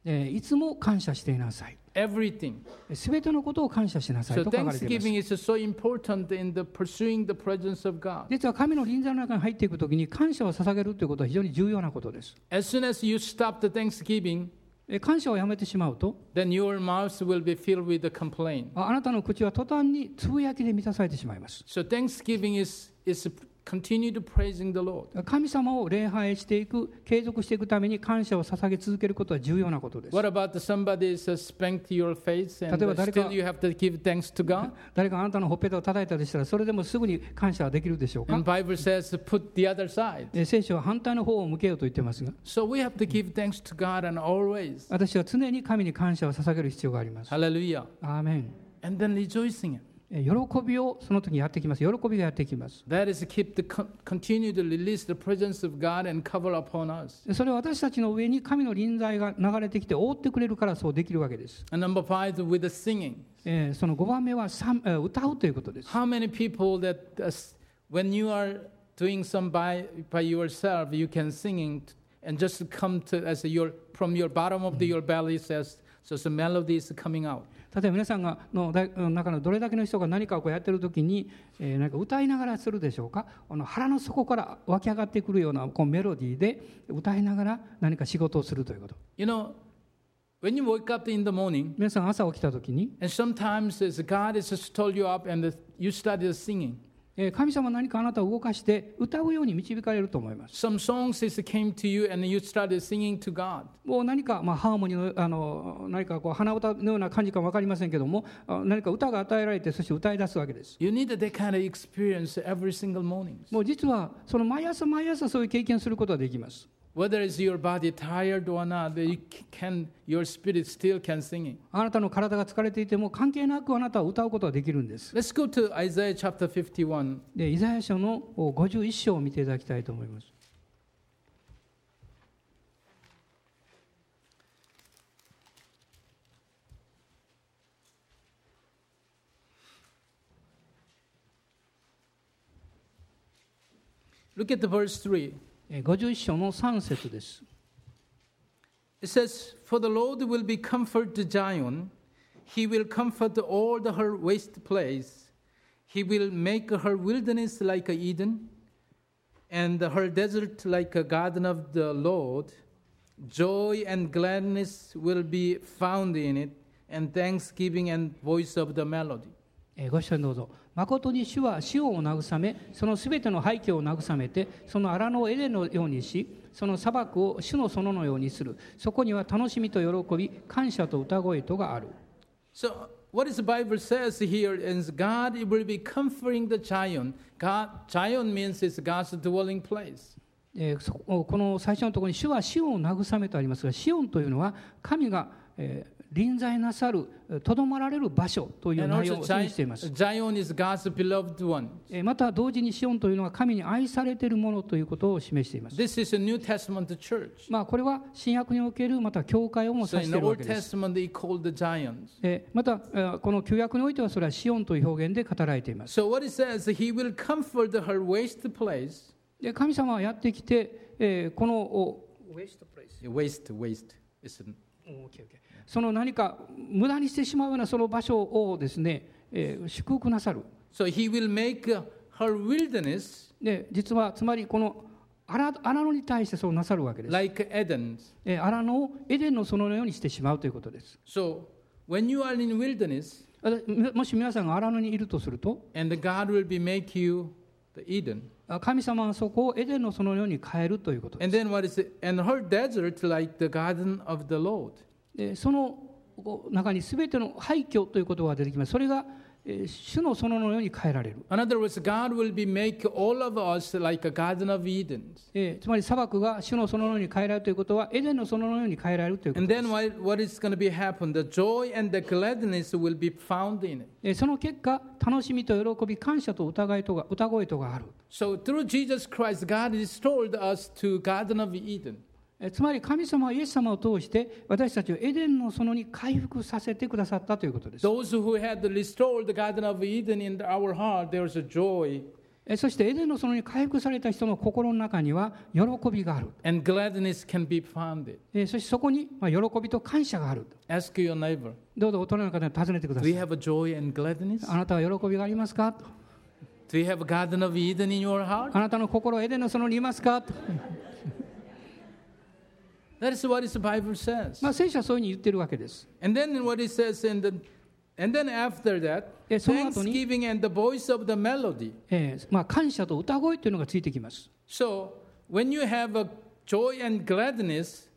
[SPEAKER 2] えーいつも感謝していなさい
[SPEAKER 1] everything.
[SPEAKER 2] すべてのことを感謝しなさい
[SPEAKER 1] So
[SPEAKER 2] と書かれています
[SPEAKER 1] thanksgiving is so important in the pursuing the presence of God.
[SPEAKER 2] 実は神の臨在の中に入っていくときに感謝を捧げるということは非常に重要なことです
[SPEAKER 1] As soon as you stop the thanksgiving,
[SPEAKER 2] えー感謝をやめてしまうと
[SPEAKER 1] then your mouth will be filled with the complaint.
[SPEAKER 2] ああなたの口は途端につぶやきで満たされてしまいます
[SPEAKER 1] So thanksgiving is is continue to praising the Lord.
[SPEAKER 2] 神様を礼拝していく継続していくために感謝を捧げ続けることは重要なことです
[SPEAKER 1] What about the somebody is uh, spanked your face and
[SPEAKER 2] 例えば
[SPEAKER 1] uh,
[SPEAKER 2] 誰か-
[SPEAKER 1] still you have to give thanks to God?
[SPEAKER 2] 誰かあなたのほっぺたを叩いたとしたらそれでもすぐに感謝はできるでしょうか
[SPEAKER 1] And Bible says put the other side.
[SPEAKER 2] え聖書は反対の方を向けようと言ってますが
[SPEAKER 1] So we have to give thanks to God and always.
[SPEAKER 2] 私は常に神に感謝を捧げる必要があります
[SPEAKER 1] Hallelujah.
[SPEAKER 2] アーメン
[SPEAKER 1] And then rejoicing it.
[SPEAKER 2] え喜びをその時にやってきます喜びがやってきます
[SPEAKER 1] That is keep the con- continue to release the presence of God and cover upon us.
[SPEAKER 2] それは私たちの上に神の臨在が流れてきて覆ってくれるからそうできるわけです、
[SPEAKER 1] And number five with the singing.
[SPEAKER 2] えーその5番目は賛えー歌うということです
[SPEAKER 1] How many people that uh, s- when you are doing some by, by yourself, you can singing t- and just come to as your from your bottom of the, your belly says so the melody is coming out.
[SPEAKER 2] 例えば皆さんがのだの中のどれだけの人が何かをこうやってる時に、えーなんか歌いながらするでしょうかあの腹の底から湧き上がってくるようなこうメロディーで歌いながら何か仕事をするということ
[SPEAKER 1] You know, when you wake up in the morning
[SPEAKER 2] 皆さん朝起きた時に、
[SPEAKER 1] and sometimes as God has just told you up and you started singing.
[SPEAKER 2] えー神様何かあなたを動かして歌うように導かれると思います
[SPEAKER 1] Some songs is came to you and you started singing to God.
[SPEAKER 2] もう何か、まあ、ハーモニーのあの何かこう鼻歌のような感じか分かりませんけどもあ何か歌が与えられてそして歌い出すわけです
[SPEAKER 1] You need that kind of experience every single morning.
[SPEAKER 2] もう実はその毎朝毎朝そういう経験することができます
[SPEAKER 1] Whether is your body tired or not, you c- can, your spirit still can sing it.
[SPEAKER 2] あなたの体が疲れていても関係なくあなたは歌うことができるんです。
[SPEAKER 1] Let's go to Isaiah chapter 51.
[SPEAKER 2] で、イザヤ書の51章を見ていただきたいと思います。
[SPEAKER 1] Look at the verse 3.
[SPEAKER 2] えー51章の3節です。
[SPEAKER 1] It says, For the Lord will be comfort to Zion. He will comfort all the her waste place. He will make her wilderness like a Eden, and her desert like a garden of the Lord. Joy and gladness will be found in it, and thanksgiving and voice of the melody.
[SPEAKER 2] えーご一緒にどうぞ。誠に主は死を慰め、そのすべての廃墟を慰めて、その荒野をエデンのようにし、その砂漠を主の園のようにする。そこには楽しみと喜び、感謝と歌声とがある。
[SPEAKER 1] So, what is the Bible says here is God will be comforting the Zion. God, Zion means it's God's dwelling place.
[SPEAKER 2] えーそここの最初のところに「主はシオンを慰め」とありますがシオンというのは神が、えー臨在なさるえーとどまられる場所という
[SPEAKER 1] And
[SPEAKER 2] 内
[SPEAKER 1] also
[SPEAKER 2] 容を
[SPEAKER 1] Zi-
[SPEAKER 2] 示しています、
[SPEAKER 1] Zion is God's beloved one.
[SPEAKER 2] えーまた同時にシオンというのは神に愛されているものということを示しています
[SPEAKER 1] This is a New Testament church.
[SPEAKER 2] まあこれは新約におけるまた教会をも
[SPEAKER 1] So
[SPEAKER 2] 指し
[SPEAKER 1] in
[SPEAKER 2] てい
[SPEAKER 1] the
[SPEAKER 2] るわ
[SPEAKER 1] Old
[SPEAKER 2] けです、
[SPEAKER 1] Testament, they called the giants.
[SPEAKER 2] えーまたえーこの旧約においてはそれはシオンという表現で語られています
[SPEAKER 1] So what it says, He will comfort her waste place.
[SPEAKER 2] で神様はやってきて、えーこのお
[SPEAKER 1] Waste, waste. Listen.
[SPEAKER 2] お OKOK その何か無駄にしてしまうようなその場所をですね、えー祝福なさる
[SPEAKER 1] So He will make uh, her wilderness
[SPEAKER 2] で実はつまりこの荒荒野に対してそうなさるわけです、
[SPEAKER 1] like Eden's.
[SPEAKER 2] えー荒野をエデンの園のようにしてしまうということです
[SPEAKER 1] So when you are in wilderness,
[SPEAKER 2] あだみもし皆さんが荒野にいるとすると
[SPEAKER 1] and God will be make you the Eden.
[SPEAKER 2] あ神様はそこをエデンの園のように変えるということ
[SPEAKER 1] And then what is it? And her desert like the garden of the Lord.
[SPEAKER 2] でそのこう中に全ての廃墟という言葉が出てきますそれが、えー主の園のように変えられる、
[SPEAKER 1] In other words, God will be make all of us like a garden of Eden.
[SPEAKER 2] えーつまり砂漠が主の園のように変えられるということはエデンの園のように変えられるということ
[SPEAKER 1] And
[SPEAKER 2] です
[SPEAKER 1] then what, what is going to be happen? The joy and the gladness will be found in it.
[SPEAKER 2] えーその結果楽しみと喜び感謝と疑いとが歌声とがある
[SPEAKER 1] So through Jesus Christ, God restored us to Garden of Eden.
[SPEAKER 2] えつまり神様はイエス様を通して私たちをエデンの園に回復させてくださったということです
[SPEAKER 1] Those who had restored the Garden of Eden in our heart, there's a joy
[SPEAKER 2] えそしてエデンの園に回復された人の心の中には喜びがある
[SPEAKER 1] and gladness can be found.
[SPEAKER 2] えそしてそこにまあ喜びと感謝がある
[SPEAKER 1] Ask your neighbor,
[SPEAKER 2] どうぞ大人の方に尋ねてくだ
[SPEAKER 1] do
[SPEAKER 2] さ
[SPEAKER 1] you
[SPEAKER 2] い
[SPEAKER 1] have a joy and gladness?
[SPEAKER 2] あなたは喜びがありますかと
[SPEAKER 1] Do you have a Garden of Eden in your heart?
[SPEAKER 2] あなたの心はエデンの園にいますかと、
[SPEAKER 1] That is what the Bible says.
[SPEAKER 2] まあ、聖書はそういうふうに言ってるわけです
[SPEAKER 1] And then what it says in the, and then after that,
[SPEAKER 2] えその後に、
[SPEAKER 1] thanksgiving and the voice of the melody.
[SPEAKER 2] えまあ、感謝と歌声というのがついてきます、
[SPEAKER 1] So when you have a joy and gladness,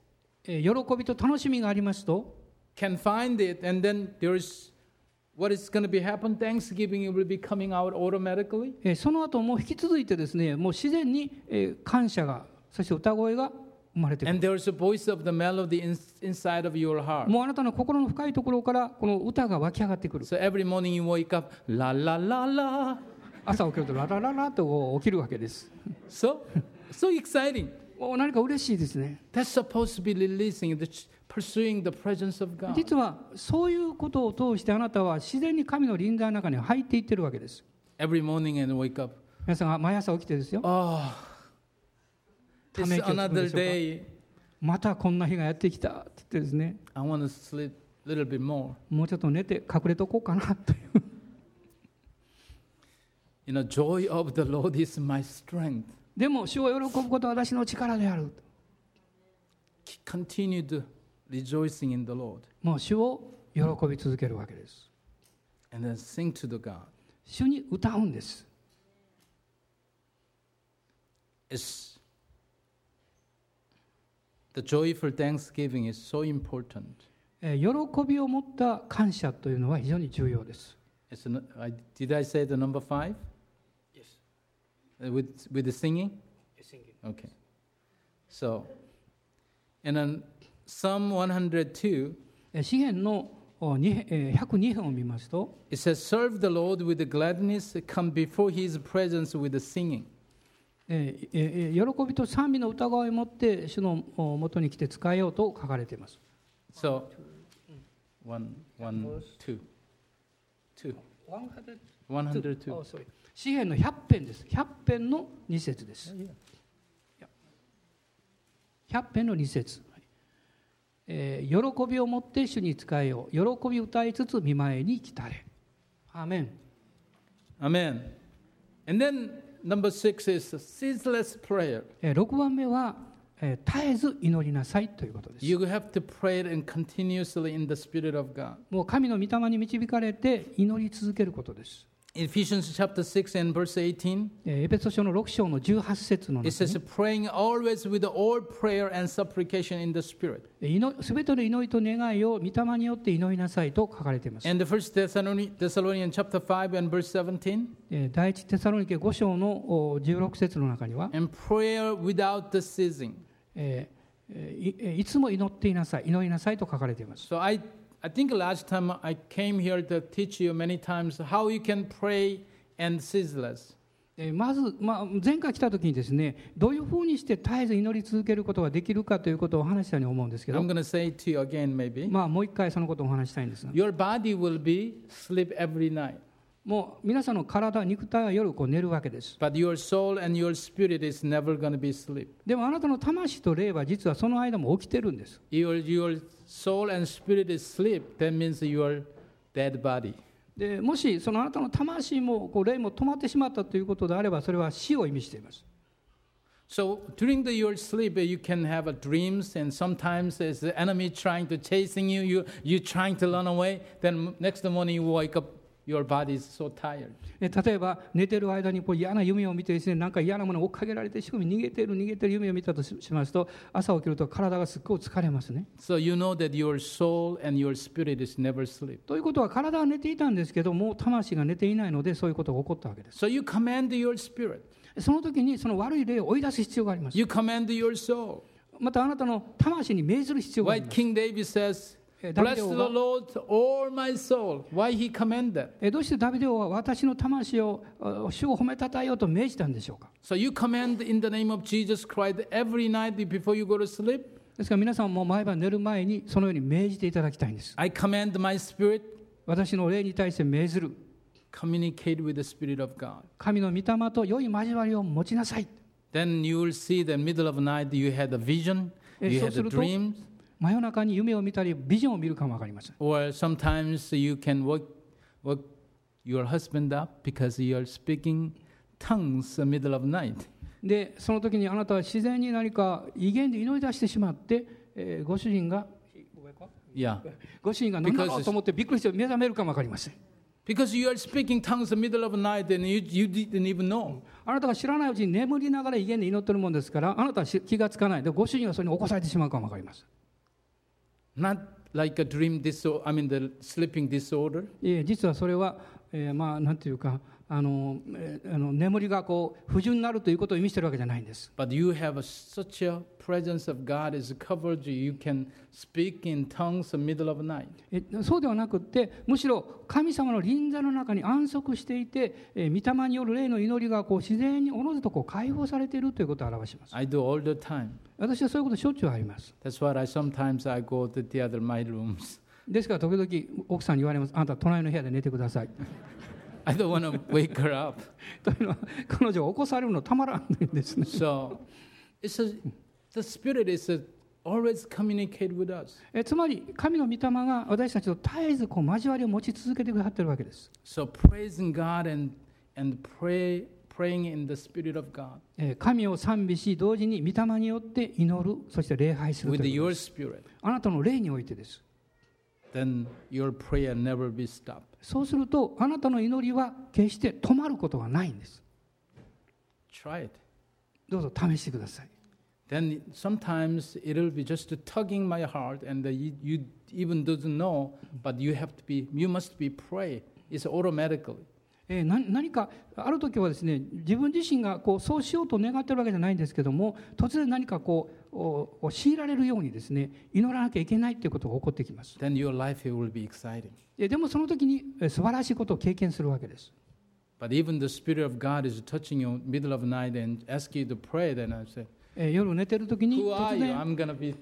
[SPEAKER 2] え喜びと楽しみがありますと
[SPEAKER 1] can find it, and then there is what is going to be happen. Thanksgiving will be coming out automatically.
[SPEAKER 2] えーその後も引き続いてですねもう自然にえー感謝がそして歌声が生まれてくる
[SPEAKER 1] And there is a voice of the melody in, inside of your heart.
[SPEAKER 2] もうあなたの心の深いところからこの歌が湧き上がってくる
[SPEAKER 1] So every morning you wake up, la la la la.
[SPEAKER 2] 朝起きるとララララとこう起きるわけです
[SPEAKER 1] So, so exciting.
[SPEAKER 2] もう何か嬉しいですね
[SPEAKER 1] That's supposed to be releasing, the, pursuing the presence of God.
[SPEAKER 2] 実はそういうことを通してあなたは自然に神の臨在の中に入っていってるわけです
[SPEAKER 1] Every morning and wake up.
[SPEAKER 2] 皆さんが毎朝起きてですよ
[SPEAKER 1] Oh, it's
[SPEAKER 2] ため息をつくんでしょうか。
[SPEAKER 1] another day.
[SPEAKER 2] またこんな日がやってきたって言ってですね
[SPEAKER 1] I want to sleep a little bit more.
[SPEAKER 2] もうちょっと寝て隠れとこうかなという
[SPEAKER 1] You know, joy of the Lord is my strength.
[SPEAKER 2] でも主を喜ぶことは私の力である
[SPEAKER 1] continued rejoicing in the Lord
[SPEAKER 2] もう主を喜び続けるわけです
[SPEAKER 1] and then sing to the God.
[SPEAKER 2] 主に歌うんです。
[SPEAKER 1] It's the joyful thanksgiving is so important.
[SPEAKER 2] えー喜びを持った感謝というのは非常に重要です。
[SPEAKER 1] It's an, I, did I say the number five? Uh, Yes. With, with the singing? Okay. So, and then Psalm 102,
[SPEAKER 2] え詩篇のお二編えー102編を見ますと
[SPEAKER 1] it says, Serve the Lord with gladness, come before his presence with singing.
[SPEAKER 2] えーえー喜びと賛美の歌声を持って主のお元に来て使えようと書かれています
[SPEAKER 1] So, one, one, two, two, 102.
[SPEAKER 2] あ sorry 詩篇の100編です100編の2節です100編の2節はいえー喜びを持って主に仕えよう喜び歌いつつ見舞いに来たれアーメン
[SPEAKER 1] Amen. And then number six is ceaseless prayer.
[SPEAKER 2] えー6番目は、えー絶えず祈りなさいということです
[SPEAKER 1] You have to pray it and continuously in the Spirit of God.
[SPEAKER 2] もう神の御霊に導かれて祈り続けることです。
[SPEAKER 1] Ephesians chapter 6 and verse 18,
[SPEAKER 2] えーエペソ書の6章の18節の
[SPEAKER 1] it
[SPEAKER 2] 中
[SPEAKER 1] says,
[SPEAKER 2] に
[SPEAKER 1] praying always with all prayer and supplication in the Spirit.
[SPEAKER 2] えー祈り全ての祈りと願いを御霊によって祈りなさいと書かれています。
[SPEAKER 1] And the first Thessalonians, Thessalonians chapter 5 and verse 17,
[SPEAKER 2] えー第一テサロニケ5章のお16節の中には、
[SPEAKER 1] and prayer without the ceasing.
[SPEAKER 2] えーえーいえーいつも祈っていなさい、祈りなさいと書かれています。
[SPEAKER 1] So I, I think last time I came here to teach you many times how you can pray and ceaseless.
[SPEAKER 2] えーまず、まあ、前回来た時にですね、どういうふうにして絶えず祈り続けることができるかということをお話ししたように思うんですけ
[SPEAKER 1] I'm
[SPEAKER 2] ど、
[SPEAKER 1] going to say it to you again maybe.
[SPEAKER 2] まあ、もう一回そのことをお話ししたいんですが、
[SPEAKER 1] Your body will be sleep every night,
[SPEAKER 2] もう皆さんの体、肉体は夜こう寝るわけです。
[SPEAKER 1] but your soul and your spirit is never going to be sleep.
[SPEAKER 2] でもあなたの魂と霊は実はその間も起きてるんです。
[SPEAKER 1] Your, your soul and spirit is sleep. That means your dead body.
[SPEAKER 2] でもしそのあなたの魂もこう霊も止まってしまったということであればそれは死を意味しています。
[SPEAKER 1] So during the, your sleep, you can have a dreams, and sometimes it's the enemy trying to chasing you. You you trying to run away. Then next morning you wake up, your body is so tired.
[SPEAKER 2] え例えば寝てる間にこう嫌な夢を見てですねなんか嫌なものを追っかけられてしかも逃げてる逃げてる夢を見たとししますと朝起きると体がすっごい疲れますね。
[SPEAKER 1] So you know that your soul and your spirit is never sleep.
[SPEAKER 2] ということは体は寝ていたんですけどもう魂が寝ていないのでそういうことが起こったわけです。
[SPEAKER 1] So you command your spirit.
[SPEAKER 2] その時にその悪い霊を追い出す必要があります。
[SPEAKER 1] You command your soul.
[SPEAKER 2] またあなたの魂に命ずる必要があり
[SPEAKER 1] Why
[SPEAKER 2] ます。
[SPEAKER 1] King David says,
[SPEAKER 2] 예,
[SPEAKER 1] Bless the
[SPEAKER 2] 다윗 왕후가-
[SPEAKER 1] Lord, all my soul. Why he command that?
[SPEAKER 2] えどうしてダビデ王は私の魂をあ主を褒めたたえようと命じたんでしょうか
[SPEAKER 1] So you command in the name of Jesus Christ every night before you go to sleep.
[SPEAKER 2] ですから皆さんも毎晩寝る前にそのように命じていただきたいんです。
[SPEAKER 1] I command my spirit,
[SPEAKER 2] 私の霊に対して命ずる
[SPEAKER 1] communicate with the Spirit of God.
[SPEAKER 2] 神の御霊と良い交わりを持ちなさい。
[SPEAKER 1] Then you will see the middle of night you had a vision,
[SPEAKER 2] 예,
[SPEAKER 1] you had a
[SPEAKER 2] 소스로도-
[SPEAKER 1] dream,
[SPEAKER 2] 真夜中に夢を見たりビジョンを見るかもわかりません。
[SPEAKER 1] or sometimes you can wake, wake your husband up because you are speaking tongues in the middle of night.
[SPEAKER 2] でその時にあなたは自然に何か威厳で祈り出してしまって、えーご主人が
[SPEAKER 1] Yeah.
[SPEAKER 2] ご主人が何だろうと思ってびっくりして目覚めるかもわかりません。
[SPEAKER 1] Because you are speaking tongues in the middle of night and you, you didn't even know.
[SPEAKER 2] あなたが知らないうちに眠りながら威厳で祈ってるもんですからあなたはし気がつかないでご主人がそれに起こされてしまうかもわかります。
[SPEAKER 1] Not like a dream disorder, I mean, the sleeping disorder.
[SPEAKER 2] いえ実はそれは、えーまあなんていうかあの、えーあの眠りがこう不順になるということを意味してるわけじゃないんです、
[SPEAKER 1] But you have a, such a presence of God is covered you. You can speak in tongues in the middle of night.
[SPEAKER 2] えそうではなくってむしろ神様の臨座の中に安息していて、えー、御霊による霊の祈りがこう自然におのずとこう解放されているということを表します
[SPEAKER 1] I do all the time.
[SPEAKER 2] 私はそういうことしょっちゅうあります
[SPEAKER 1] That's why I sometimes I go to the other my rooms.
[SPEAKER 2] ですから時々奥さんに言われますあなた隣の部屋で寝てください
[SPEAKER 1] I don't want to wake her up.
[SPEAKER 2] というのは彼女を起こされるのたまらないんですね
[SPEAKER 1] So it's a, the Spirit is a, always communicate with us.
[SPEAKER 2] えつまり神の御霊が私たちと絶えずこう交わりを持ち続けてくださってるわけです
[SPEAKER 1] So praising God and, and pray, praying in the Spirit of God
[SPEAKER 2] えー神を賛美し同時に御霊によって祈るそして礼拝する
[SPEAKER 1] with
[SPEAKER 2] ということ
[SPEAKER 1] your Spirit.
[SPEAKER 2] あなたの霊においてです
[SPEAKER 1] Then your prayer never be stopped.
[SPEAKER 2] そうするとあなたの祈りは決して止まることがないんです
[SPEAKER 1] Try it.
[SPEAKER 2] どうぞ試してください
[SPEAKER 1] Then sometimes it'll be just tugging my heart, and you, you even doesn't know, but you have to be, you must be pray. It's automatically.
[SPEAKER 2] えーな何かある時はですね自分自身がこうそうしようと願ってるわけじゃないんですけども突然何かこうおお強いられるようにですね祈らなきゃいけないということが起こってきます
[SPEAKER 1] then your life will be exciting.
[SPEAKER 2] えーでもその時にえー素晴らしいことを経験するわけです
[SPEAKER 1] But even the Spirit of God is touching you middle of night and ask you to pray, then I said,
[SPEAKER 2] えー夜寝てる時に
[SPEAKER 1] Who are
[SPEAKER 2] 突
[SPEAKER 1] you?
[SPEAKER 2] 然
[SPEAKER 1] I'm going to be.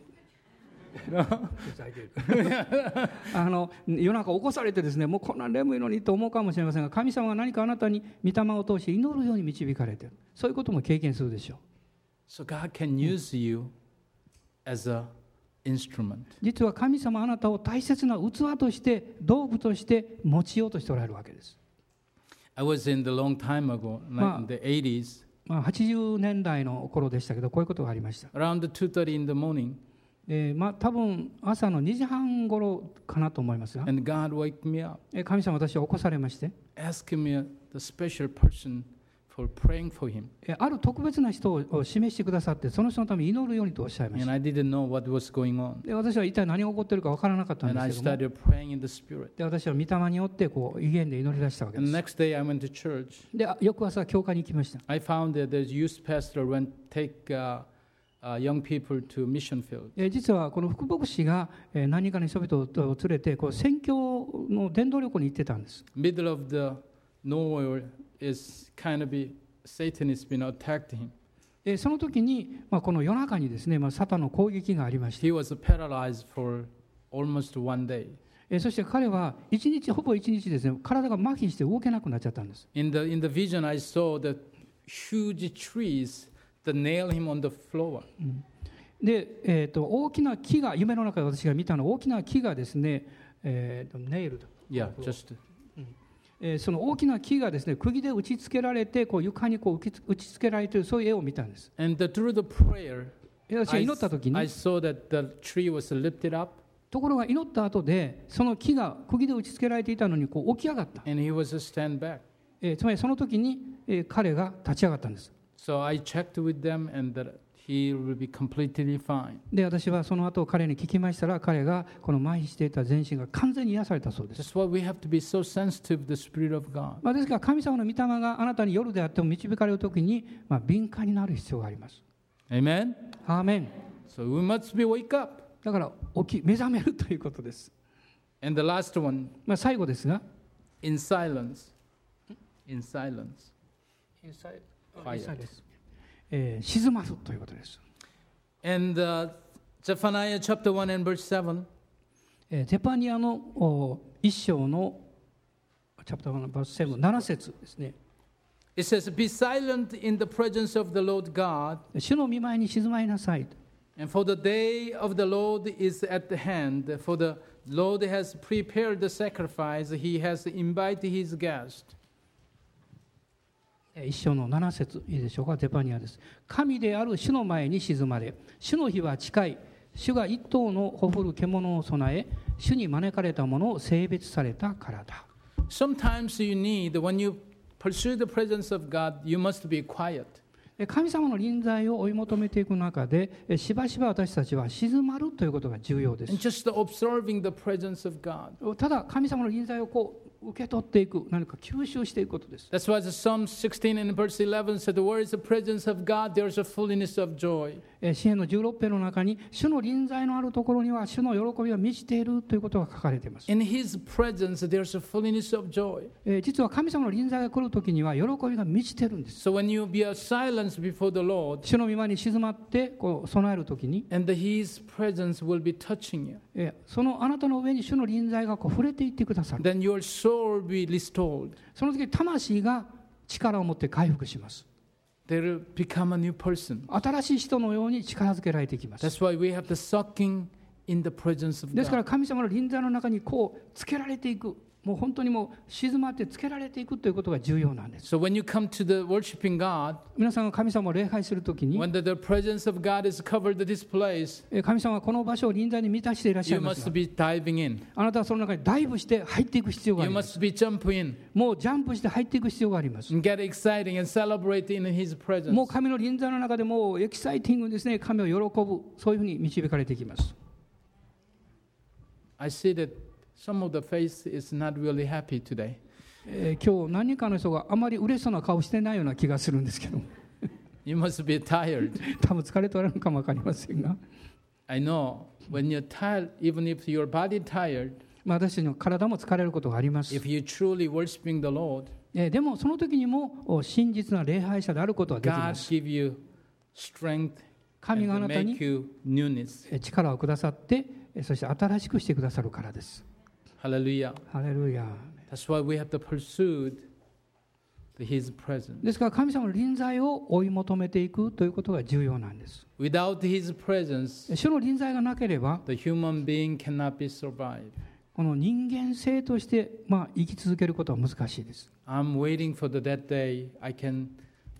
[SPEAKER 2] あの夜中起こされてですねもうこんな眠いのにと思うかもしれませんが神様が何かあなたに御霊を通して祈るように導かれているそういうことも経験するでしょう
[SPEAKER 1] So God can use you as a instrument.
[SPEAKER 2] 実は神様あなたを大切な器として道具として持ちようとしておられるわけです、
[SPEAKER 1] I was in the long time ago, like
[SPEAKER 2] Wow.
[SPEAKER 1] in the 80s,
[SPEAKER 2] まあ、80年代の頃でしたけどこういうことがありました
[SPEAKER 1] around 2.30 in the morning,
[SPEAKER 2] でまあ多分朝の2時半頃かなと思いますが
[SPEAKER 1] and God woke me up,
[SPEAKER 2] え神様私は起こされまして
[SPEAKER 1] asking me the special person for praying for him.
[SPEAKER 2] えある特別な人をを示してくださってその人のために祈るようにとおっしゃいまし
[SPEAKER 1] And
[SPEAKER 2] た
[SPEAKER 1] I didn't know what was going on.
[SPEAKER 2] で私は一体何が起こってるか分からなかったん
[SPEAKER 1] And
[SPEAKER 2] で
[SPEAKER 1] I
[SPEAKER 2] すけども
[SPEAKER 1] started praying in the Spirit.
[SPEAKER 2] で私は御霊によってこう威厳で祈り出したわけで
[SPEAKER 1] And
[SPEAKER 2] す
[SPEAKER 1] the next day I went to church.
[SPEAKER 2] であ翌朝教会に行きました
[SPEAKER 1] I found that the youth pastor went take uh, uh, young people to mission field.
[SPEAKER 2] えー実はこの福牧師がえー何人かの人々を連れてこう宣教の伝道旅行に行ってたんです
[SPEAKER 1] Middle of the nowhere is kind of be Satan has been attacked him.
[SPEAKER 2] でその時に、まあ、この夜中にですね、まあ、サタンの攻撃がありまして
[SPEAKER 1] He was paralyzed for almost one day.
[SPEAKER 2] えーそして彼は一日ほぼ一日ですね体が麻痺して動けなくなっちゃったんです
[SPEAKER 1] In the in the vision I saw the huge trees that nail him on the floor.
[SPEAKER 2] で、えーと大きな木が夢の中で私が見たのは大きな木がですね、えーとネイルと
[SPEAKER 1] Yeah, just
[SPEAKER 2] えーその大きな木がですね釘で打ち付けられてこう床にこう打ちつ打ち付けられているそういう絵を見たんです。
[SPEAKER 1] and the, through the prayer
[SPEAKER 2] で私が
[SPEAKER 1] I,
[SPEAKER 2] 祈った時
[SPEAKER 1] I
[SPEAKER 2] に
[SPEAKER 1] saw that the tree was lifted up
[SPEAKER 2] ところが祈った後でその木が釘で打ち付けられていたのにこう起き上がった、
[SPEAKER 1] and he was stand back.
[SPEAKER 2] えーつまりその時に、えー彼が立ち上がったんです
[SPEAKER 1] So I checked with them and that he will be completely fine.
[SPEAKER 2] で私はその後彼に聞きましたら彼がこの麻痺していた全身が完全に癒されたそうです、
[SPEAKER 1] That's why we have to be so sensitive to the Spirit of God.
[SPEAKER 2] まあ、ですから神様の御霊があなたに夜であっても導かれる時に、まあ、敏感になる必要があります
[SPEAKER 1] Amen?
[SPEAKER 2] アーメン
[SPEAKER 1] So we must be wake up.
[SPEAKER 2] だから起き目覚めるということです、
[SPEAKER 1] And the last one,
[SPEAKER 2] まあ、最後ですが
[SPEAKER 1] in silence. In silence. Quiet.
[SPEAKER 2] えー静まるということです。
[SPEAKER 1] And uh, Zephaniah chapter 1 and verse 7,
[SPEAKER 2] えーゼパニアのお一章のチャプター1バース7、7節ですね。
[SPEAKER 1] it says, Be silent in the presence of the Lord God,
[SPEAKER 2] 主の見舞いに静まりなさい。
[SPEAKER 1] and for the day of the Lord is at the hand, for the Lord has prepared the sacrifice, he has invited his guest.
[SPEAKER 2] えー一章の7節いいでしょうか、ゼパニアです。神である主の前に静まれ、主の日は近い、主が一頭のほふる獣を備え、主に招かれたものを性別されたからだ。
[SPEAKER 1] Sometimes you need, when you pursue the presence of God, you must be quiet.
[SPEAKER 2] えー神様の臨在を追い求めていく中で、えーしばしば私たちは静まるということが重要です。
[SPEAKER 1] And just observing the presence of God.
[SPEAKER 2] ただ神様の臨在をこう受け取っていく何か吸収していくことです
[SPEAKER 1] That's why the Psalm 16 and verse 11 said, Where is the presence of God, there is a fullness of joy.
[SPEAKER 2] えー詩篇の16編の中に主の臨在のあるところには主の喜びは満ちているということが書かれています
[SPEAKER 1] In his presence, there's a fullness of joy.
[SPEAKER 2] えー実は神様の臨在が来る時には喜びが満ちてるんです
[SPEAKER 1] So when you be silenced before the Lord,
[SPEAKER 2] 主の御前に静まってこう備える時に
[SPEAKER 1] and his presence will be touching you,
[SPEAKER 2] えーそのあなたの上に主の臨在がこう触れていってくださる
[SPEAKER 1] then your soul will be restored.
[SPEAKER 2] その時魂が力を持って回復します
[SPEAKER 1] They will become a new person.
[SPEAKER 2] 新しい人のように力づけられていきます
[SPEAKER 1] That's why we have the sucking in the presence of
[SPEAKER 2] です
[SPEAKER 1] God.
[SPEAKER 2] から神様の臨在の中にこうつけられていくもう本当にもう静まってつけられていくということが重要なんです
[SPEAKER 1] So when you come to the worshiping God,
[SPEAKER 2] 皆さんが神様を礼拝するときに
[SPEAKER 1] when the, the presence of God is covered this place,
[SPEAKER 2] え神様はこの場所を臨在に満たしていらっしゃい
[SPEAKER 1] you
[SPEAKER 2] ます
[SPEAKER 1] must
[SPEAKER 2] が
[SPEAKER 1] be diving in.
[SPEAKER 2] あなたはその中にダイブして入っていく必要があ
[SPEAKER 1] You
[SPEAKER 2] ります
[SPEAKER 1] must be jumping in
[SPEAKER 2] もうジャンプして入っていく必要があります
[SPEAKER 1] and get exciting and celebrate in his
[SPEAKER 2] もう
[SPEAKER 1] presence.
[SPEAKER 2] 神の臨在の中でもうエキサイティングにですね神を喜ぶそういうふうに導かれていきます
[SPEAKER 1] I see that some of the face is not really happy today.
[SPEAKER 2] えー今日何人かの人があまり嬉しそうな顔してないような気がするんですけど
[SPEAKER 1] You must be tired.
[SPEAKER 2] 多分疲れておられるかも分かりませんが、
[SPEAKER 1] I know when you're tired, even if your body tired,
[SPEAKER 2] まあ、私たちの体も疲れることがあります、
[SPEAKER 1] if you truly worshiping the Lord,
[SPEAKER 2] えーでもその時にもお真実な礼拝者であることはできま
[SPEAKER 1] God
[SPEAKER 2] す
[SPEAKER 1] give you strength
[SPEAKER 2] 神があ
[SPEAKER 1] and
[SPEAKER 2] なた
[SPEAKER 1] make
[SPEAKER 2] に
[SPEAKER 1] you newness.
[SPEAKER 2] えー力をくださってえーそして新しくしてくださるからです
[SPEAKER 1] Hallelujah.
[SPEAKER 2] ハレルヤ
[SPEAKER 1] That's why we have to pursue His presence.
[SPEAKER 2] ですから神様の臨在を追い求めていくということが重要なんです
[SPEAKER 1] Without His presence,
[SPEAKER 2] 主の臨在がなければ
[SPEAKER 1] the human being cannot be survived.
[SPEAKER 2] この人間性として、まあ、生き続けることは難しいです、
[SPEAKER 1] I'm waiting for the, that day I can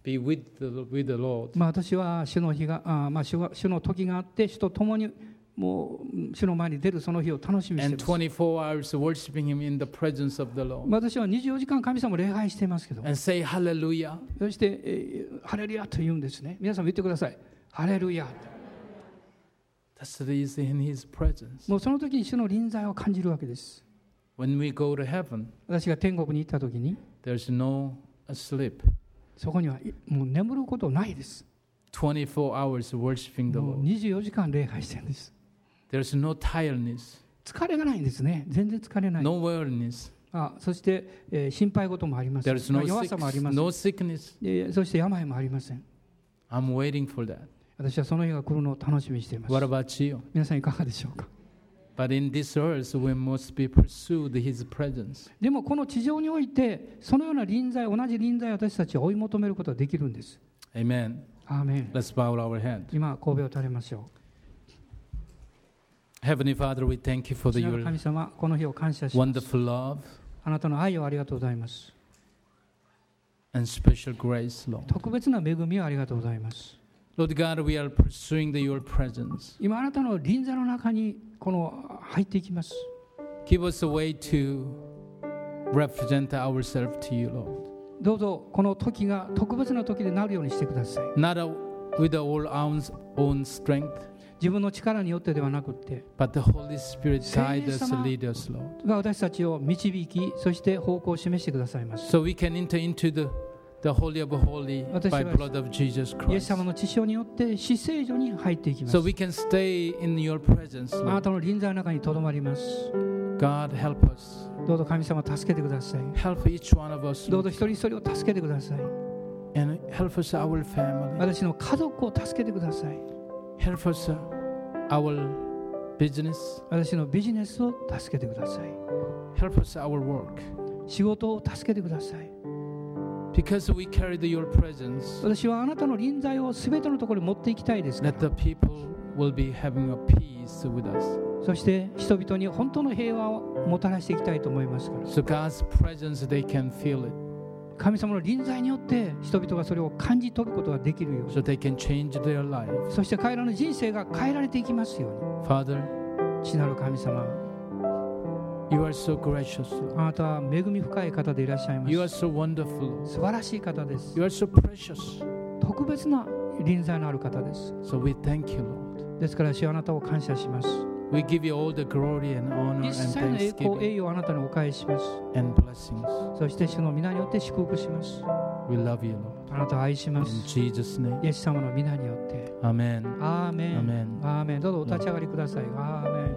[SPEAKER 1] be with the, with the Lord.
[SPEAKER 2] まあ、私は主の日があー、まあ、主は主の時があって主と共にもううん主の前に出るその日を楽しみにしてい
[SPEAKER 1] And
[SPEAKER 2] ます、
[SPEAKER 1] 24 hours worshiping Him in the presence of the Lord.
[SPEAKER 2] まあ私は24時間神様を礼拝していますけど
[SPEAKER 1] And say hallelujah.
[SPEAKER 2] そして、えーハレルヤと言うんですね皆さんも言ってくださいハレルヤ
[SPEAKER 1] That's what is in His presence.
[SPEAKER 2] もうその時に主の臨在を感じるわけです
[SPEAKER 1] When we go to heaven,
[SPEAKER 2] 私が天国に行った時に
[SPEAKER 1] there's no sleep.
[SPEAKER 2] そこにはいもう眠ることないです
[SPEAKER 1] 24 hours worshiping the
[SPEAKER 2] もう
[SPEAKER 1] Lord.
[SPEAKER 2] 24時間礼拝してるんです
[SPEAKER 1] There's no tiredness,
[SPEAKER 2] 疲れがないんですね全然疲れない
[SPEAKER 1] no weariness.
[SPEAKER 2] あそして、えー心配事もありません
[SPEAKER 1] There's no,
[SPEAKER 2] 弱
[SPEAKER 1] sick-
[SPEAKER 2] さもありません
[SPEAKER 1] no sickness.
[SPEAKER 2] でそして病もありません
[SPEAKER 1] I'm waiting for that.
[SPEAKER 2] 私はその日が来るのを楽しみにしていま
[SPEAKER 1] What
[SPEAKER 2] す
[SPEAKER 1] about you?
[SPEAKER 2] 皆さんいかがでしょうか
[SPEAKER 1] But in this earth, we must be pursued His presence.
[SPEAKER 2] でもこの地上においてそのような臨在同じ臨在を私たちは追い求めることができるんです
[SPEAKER 1] Amen.
[SPEAKER 2] アーメン
[SPEAKER 1] Let's bow our head.
[SPEAKER 2] 今神戸を垂れましょ
[SPEAKER 1] Heavenly Father, we thank you
[SPEAKER 2] う
[SPEAKER 1] for the,
[SPEAKER 2] 父な
[SPEAKER 1] your
[SPEAKER 2] る神様この日を感謝します
[SPEAKER 1] wonderful love
[SPEAKER 2] あなたの愛をありがとうございます
[SPEAKER 1] and special grace, Lord.
[SPEAKER 2] 特別な恵みをありがとうございます
[SPEAKER 1] Lord God, we are pursuing the, your presence.
[SPEAKER 2] 今あなたの臨在の中にこの入っていきます
[SPEAKER 1] Give us a way to represent ourselves to you, Lord.
[SPEAKER 2] どうぞこの時が特別な時でなるようにしてください
[SPEAKER 1] Not uh, with our own, own strength,
[SPEAKER 2] 自分の力によってではなくって
[SPEAKER 1] but the Holy Spirit guide us,
[SPEAKER 2] Sama.
[SPEAKER 1] lead us, Lord.
[SPEAKER 2] が私たちを導きそして方向を示してくださいます。
[SPEAKER 1] So we can enter into the, the Holy of Holy by
[SPEAKER 2] 私は-
[SPEAKER 1] blood of Jesus
[SPEAKER 2] イエス
[SPEAKER 1] Christ.
[SPEAKER 2] 様の血潮によって死聖所に入っていきます
[SPEAKER 1] So。we can stay in your presence,
[SPEAKER 2] あな
[SPEAKER 1] Lord.
[SPEAKER 2] たの臨在の中にとどまります。
[SPEAKER 1] God, help us.
[SPEAKER 2] どうぞ神様助けてください。
[SPEAKER 1] Help each one of us,
[SPEAKER 2] どう
[SPEAKER 1] Lord,
[SPEAKER 2] ぞ一人一人を助けてください。
[SPEAKER 1] and help us our family.
[SPEAKER 2] 私の家族を助けてください。
[SPEAKER 1] Help us uh, our business.
[SPEAKER 2] 私のビジネスを助けてください。
[SPEAKER 1] Help us our work.
[SPEAKER 2] 仕事を助けてください。
[SPEAKER 1] Because we carry the- your presence,
[SPEAKER 2] 私はあなたの臨在を全てのところに持っていきたいですから
[SPEAKER 1] that the people will be having a peace with us.
[SPEAKER 2] そして人々に本当の平和をもたらしていきたいと思いますから。
[SPEAKER 1] So God's presence, they can feel it.
[SPEAKER 2] 神様の臨在によって人々がそれを感じ取ることができるように
[SPEAKER 1] So they can change their life.
[SPEAKER 2] そして彼らの人生が変えられていきますよう
[SPEAKER 1] Father,
[SPEAKER 2] に父なる神様
[SPEAKER 1] you are so gracious, Lord.
[SPEAKER 2] あなたは恵み深い方でいらっしゃいま
[SPEAKER 1] You are
[SPEAKER 2] す
[SPEAKER 1] so wonderful. Lord.
[SPEAKER 2] 素晴らしい方です
[SPEAKER 1] You are so precious.
[SPEAKER 2] 特別な臨在のある方です
[SPEAKER 1] So we thank you, Lord.
[SPEAKER 2] ですから主よあなたを感謝します
[SPEAKER 1] We give you all the glory and honor
[SPEAKER 2] 一
[SPEAKER 1] and
[SPEAKER 2] 切の栄光栄
[SPEAKER 1] thanksgiving
[SPEAKER 2] 誉をあなたにお返しします
[SPEAKER 1] and blessings.
[SPEAKER 2] そして主の皆によって祝福します
[SPEAKER 1] We love you, Lord.
[SPEAKER 2] あなたを愛します
[SPEAKER 1] In Jesus' name.
[SPEAKER 2] イエス様の皆によって
[SPEAKER 1] Amen.
[SPEAKER 2] アーメン
[SPEAKER 1] Amen.
[SPEAKER 2] アーメンどうぞお立ち上がりください。アーメン。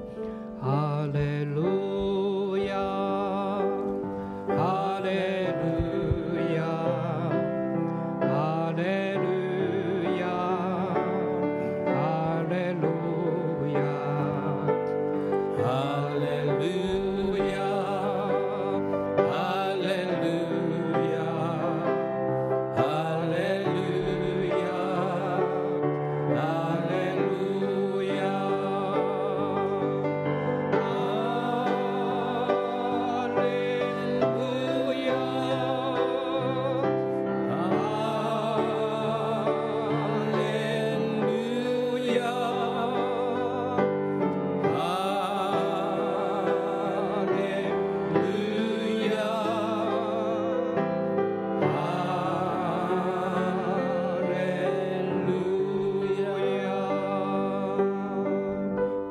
[SPEAKER 2] ハレルヤ。ハレルヤ。ハレルヤ。ハレルヤ。ハレルヤ。ハレルヤ。ハレルヤ。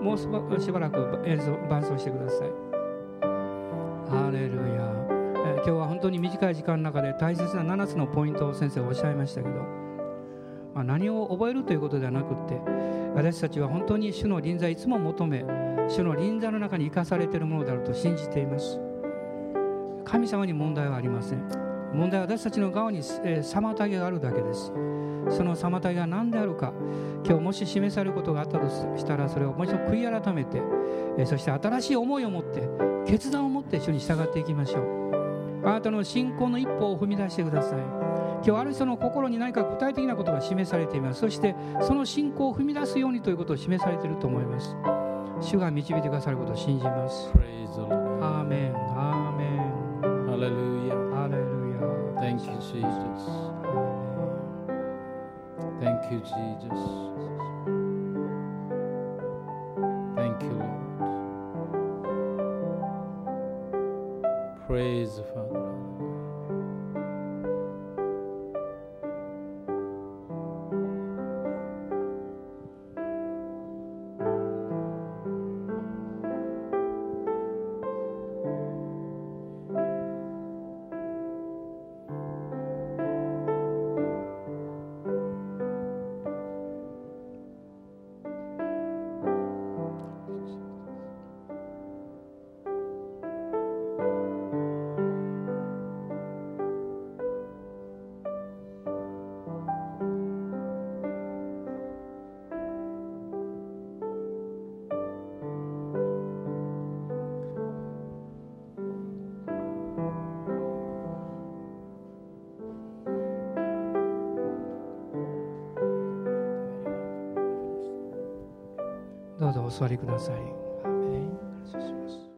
[SPEAKER 2] もうしばしばらく演奏伴奏してください。ハレルヤ、えー今日は本当に短い時間の中で大切な7つのポイントを先生おっしゃいましたけど、まあ、何を覚えるということではなくって私たちは本当に主の臨在いつも求め主の臨在の中に生かされているものであると信じています神様に問題はありません問題は私たちの側に、えー妨げがあるだけですその妨げが何であるか今日もし示されることがあったとしたらそれをもう一度悔い改めて、えーそして新しい思いを持って決断を持って主に従っていきましょうあなたの信仰の一歩を踏み出してください今日ある人の心に何か具体的なことが示されていますそしてその信仰を踏み出すようにということを示されていると思います主が導いてくださることを信じます
[SPEAKER 1] Praise the Lord.
[SPEAKER 2] アーメンアーメン
[SPEAKER 1] Hallelujah.
[SPEAKER 2] ハレルヤ
[SPEAKER 1] Thank you, Jesus.
[SPEAKER 2] アーメン
[SPEAKER 1] Thank you, Jesus. Thank you, Lord. Praise the Father.
[SPEAKER 2] Amen. どうぞお座りください。アーメン感謝します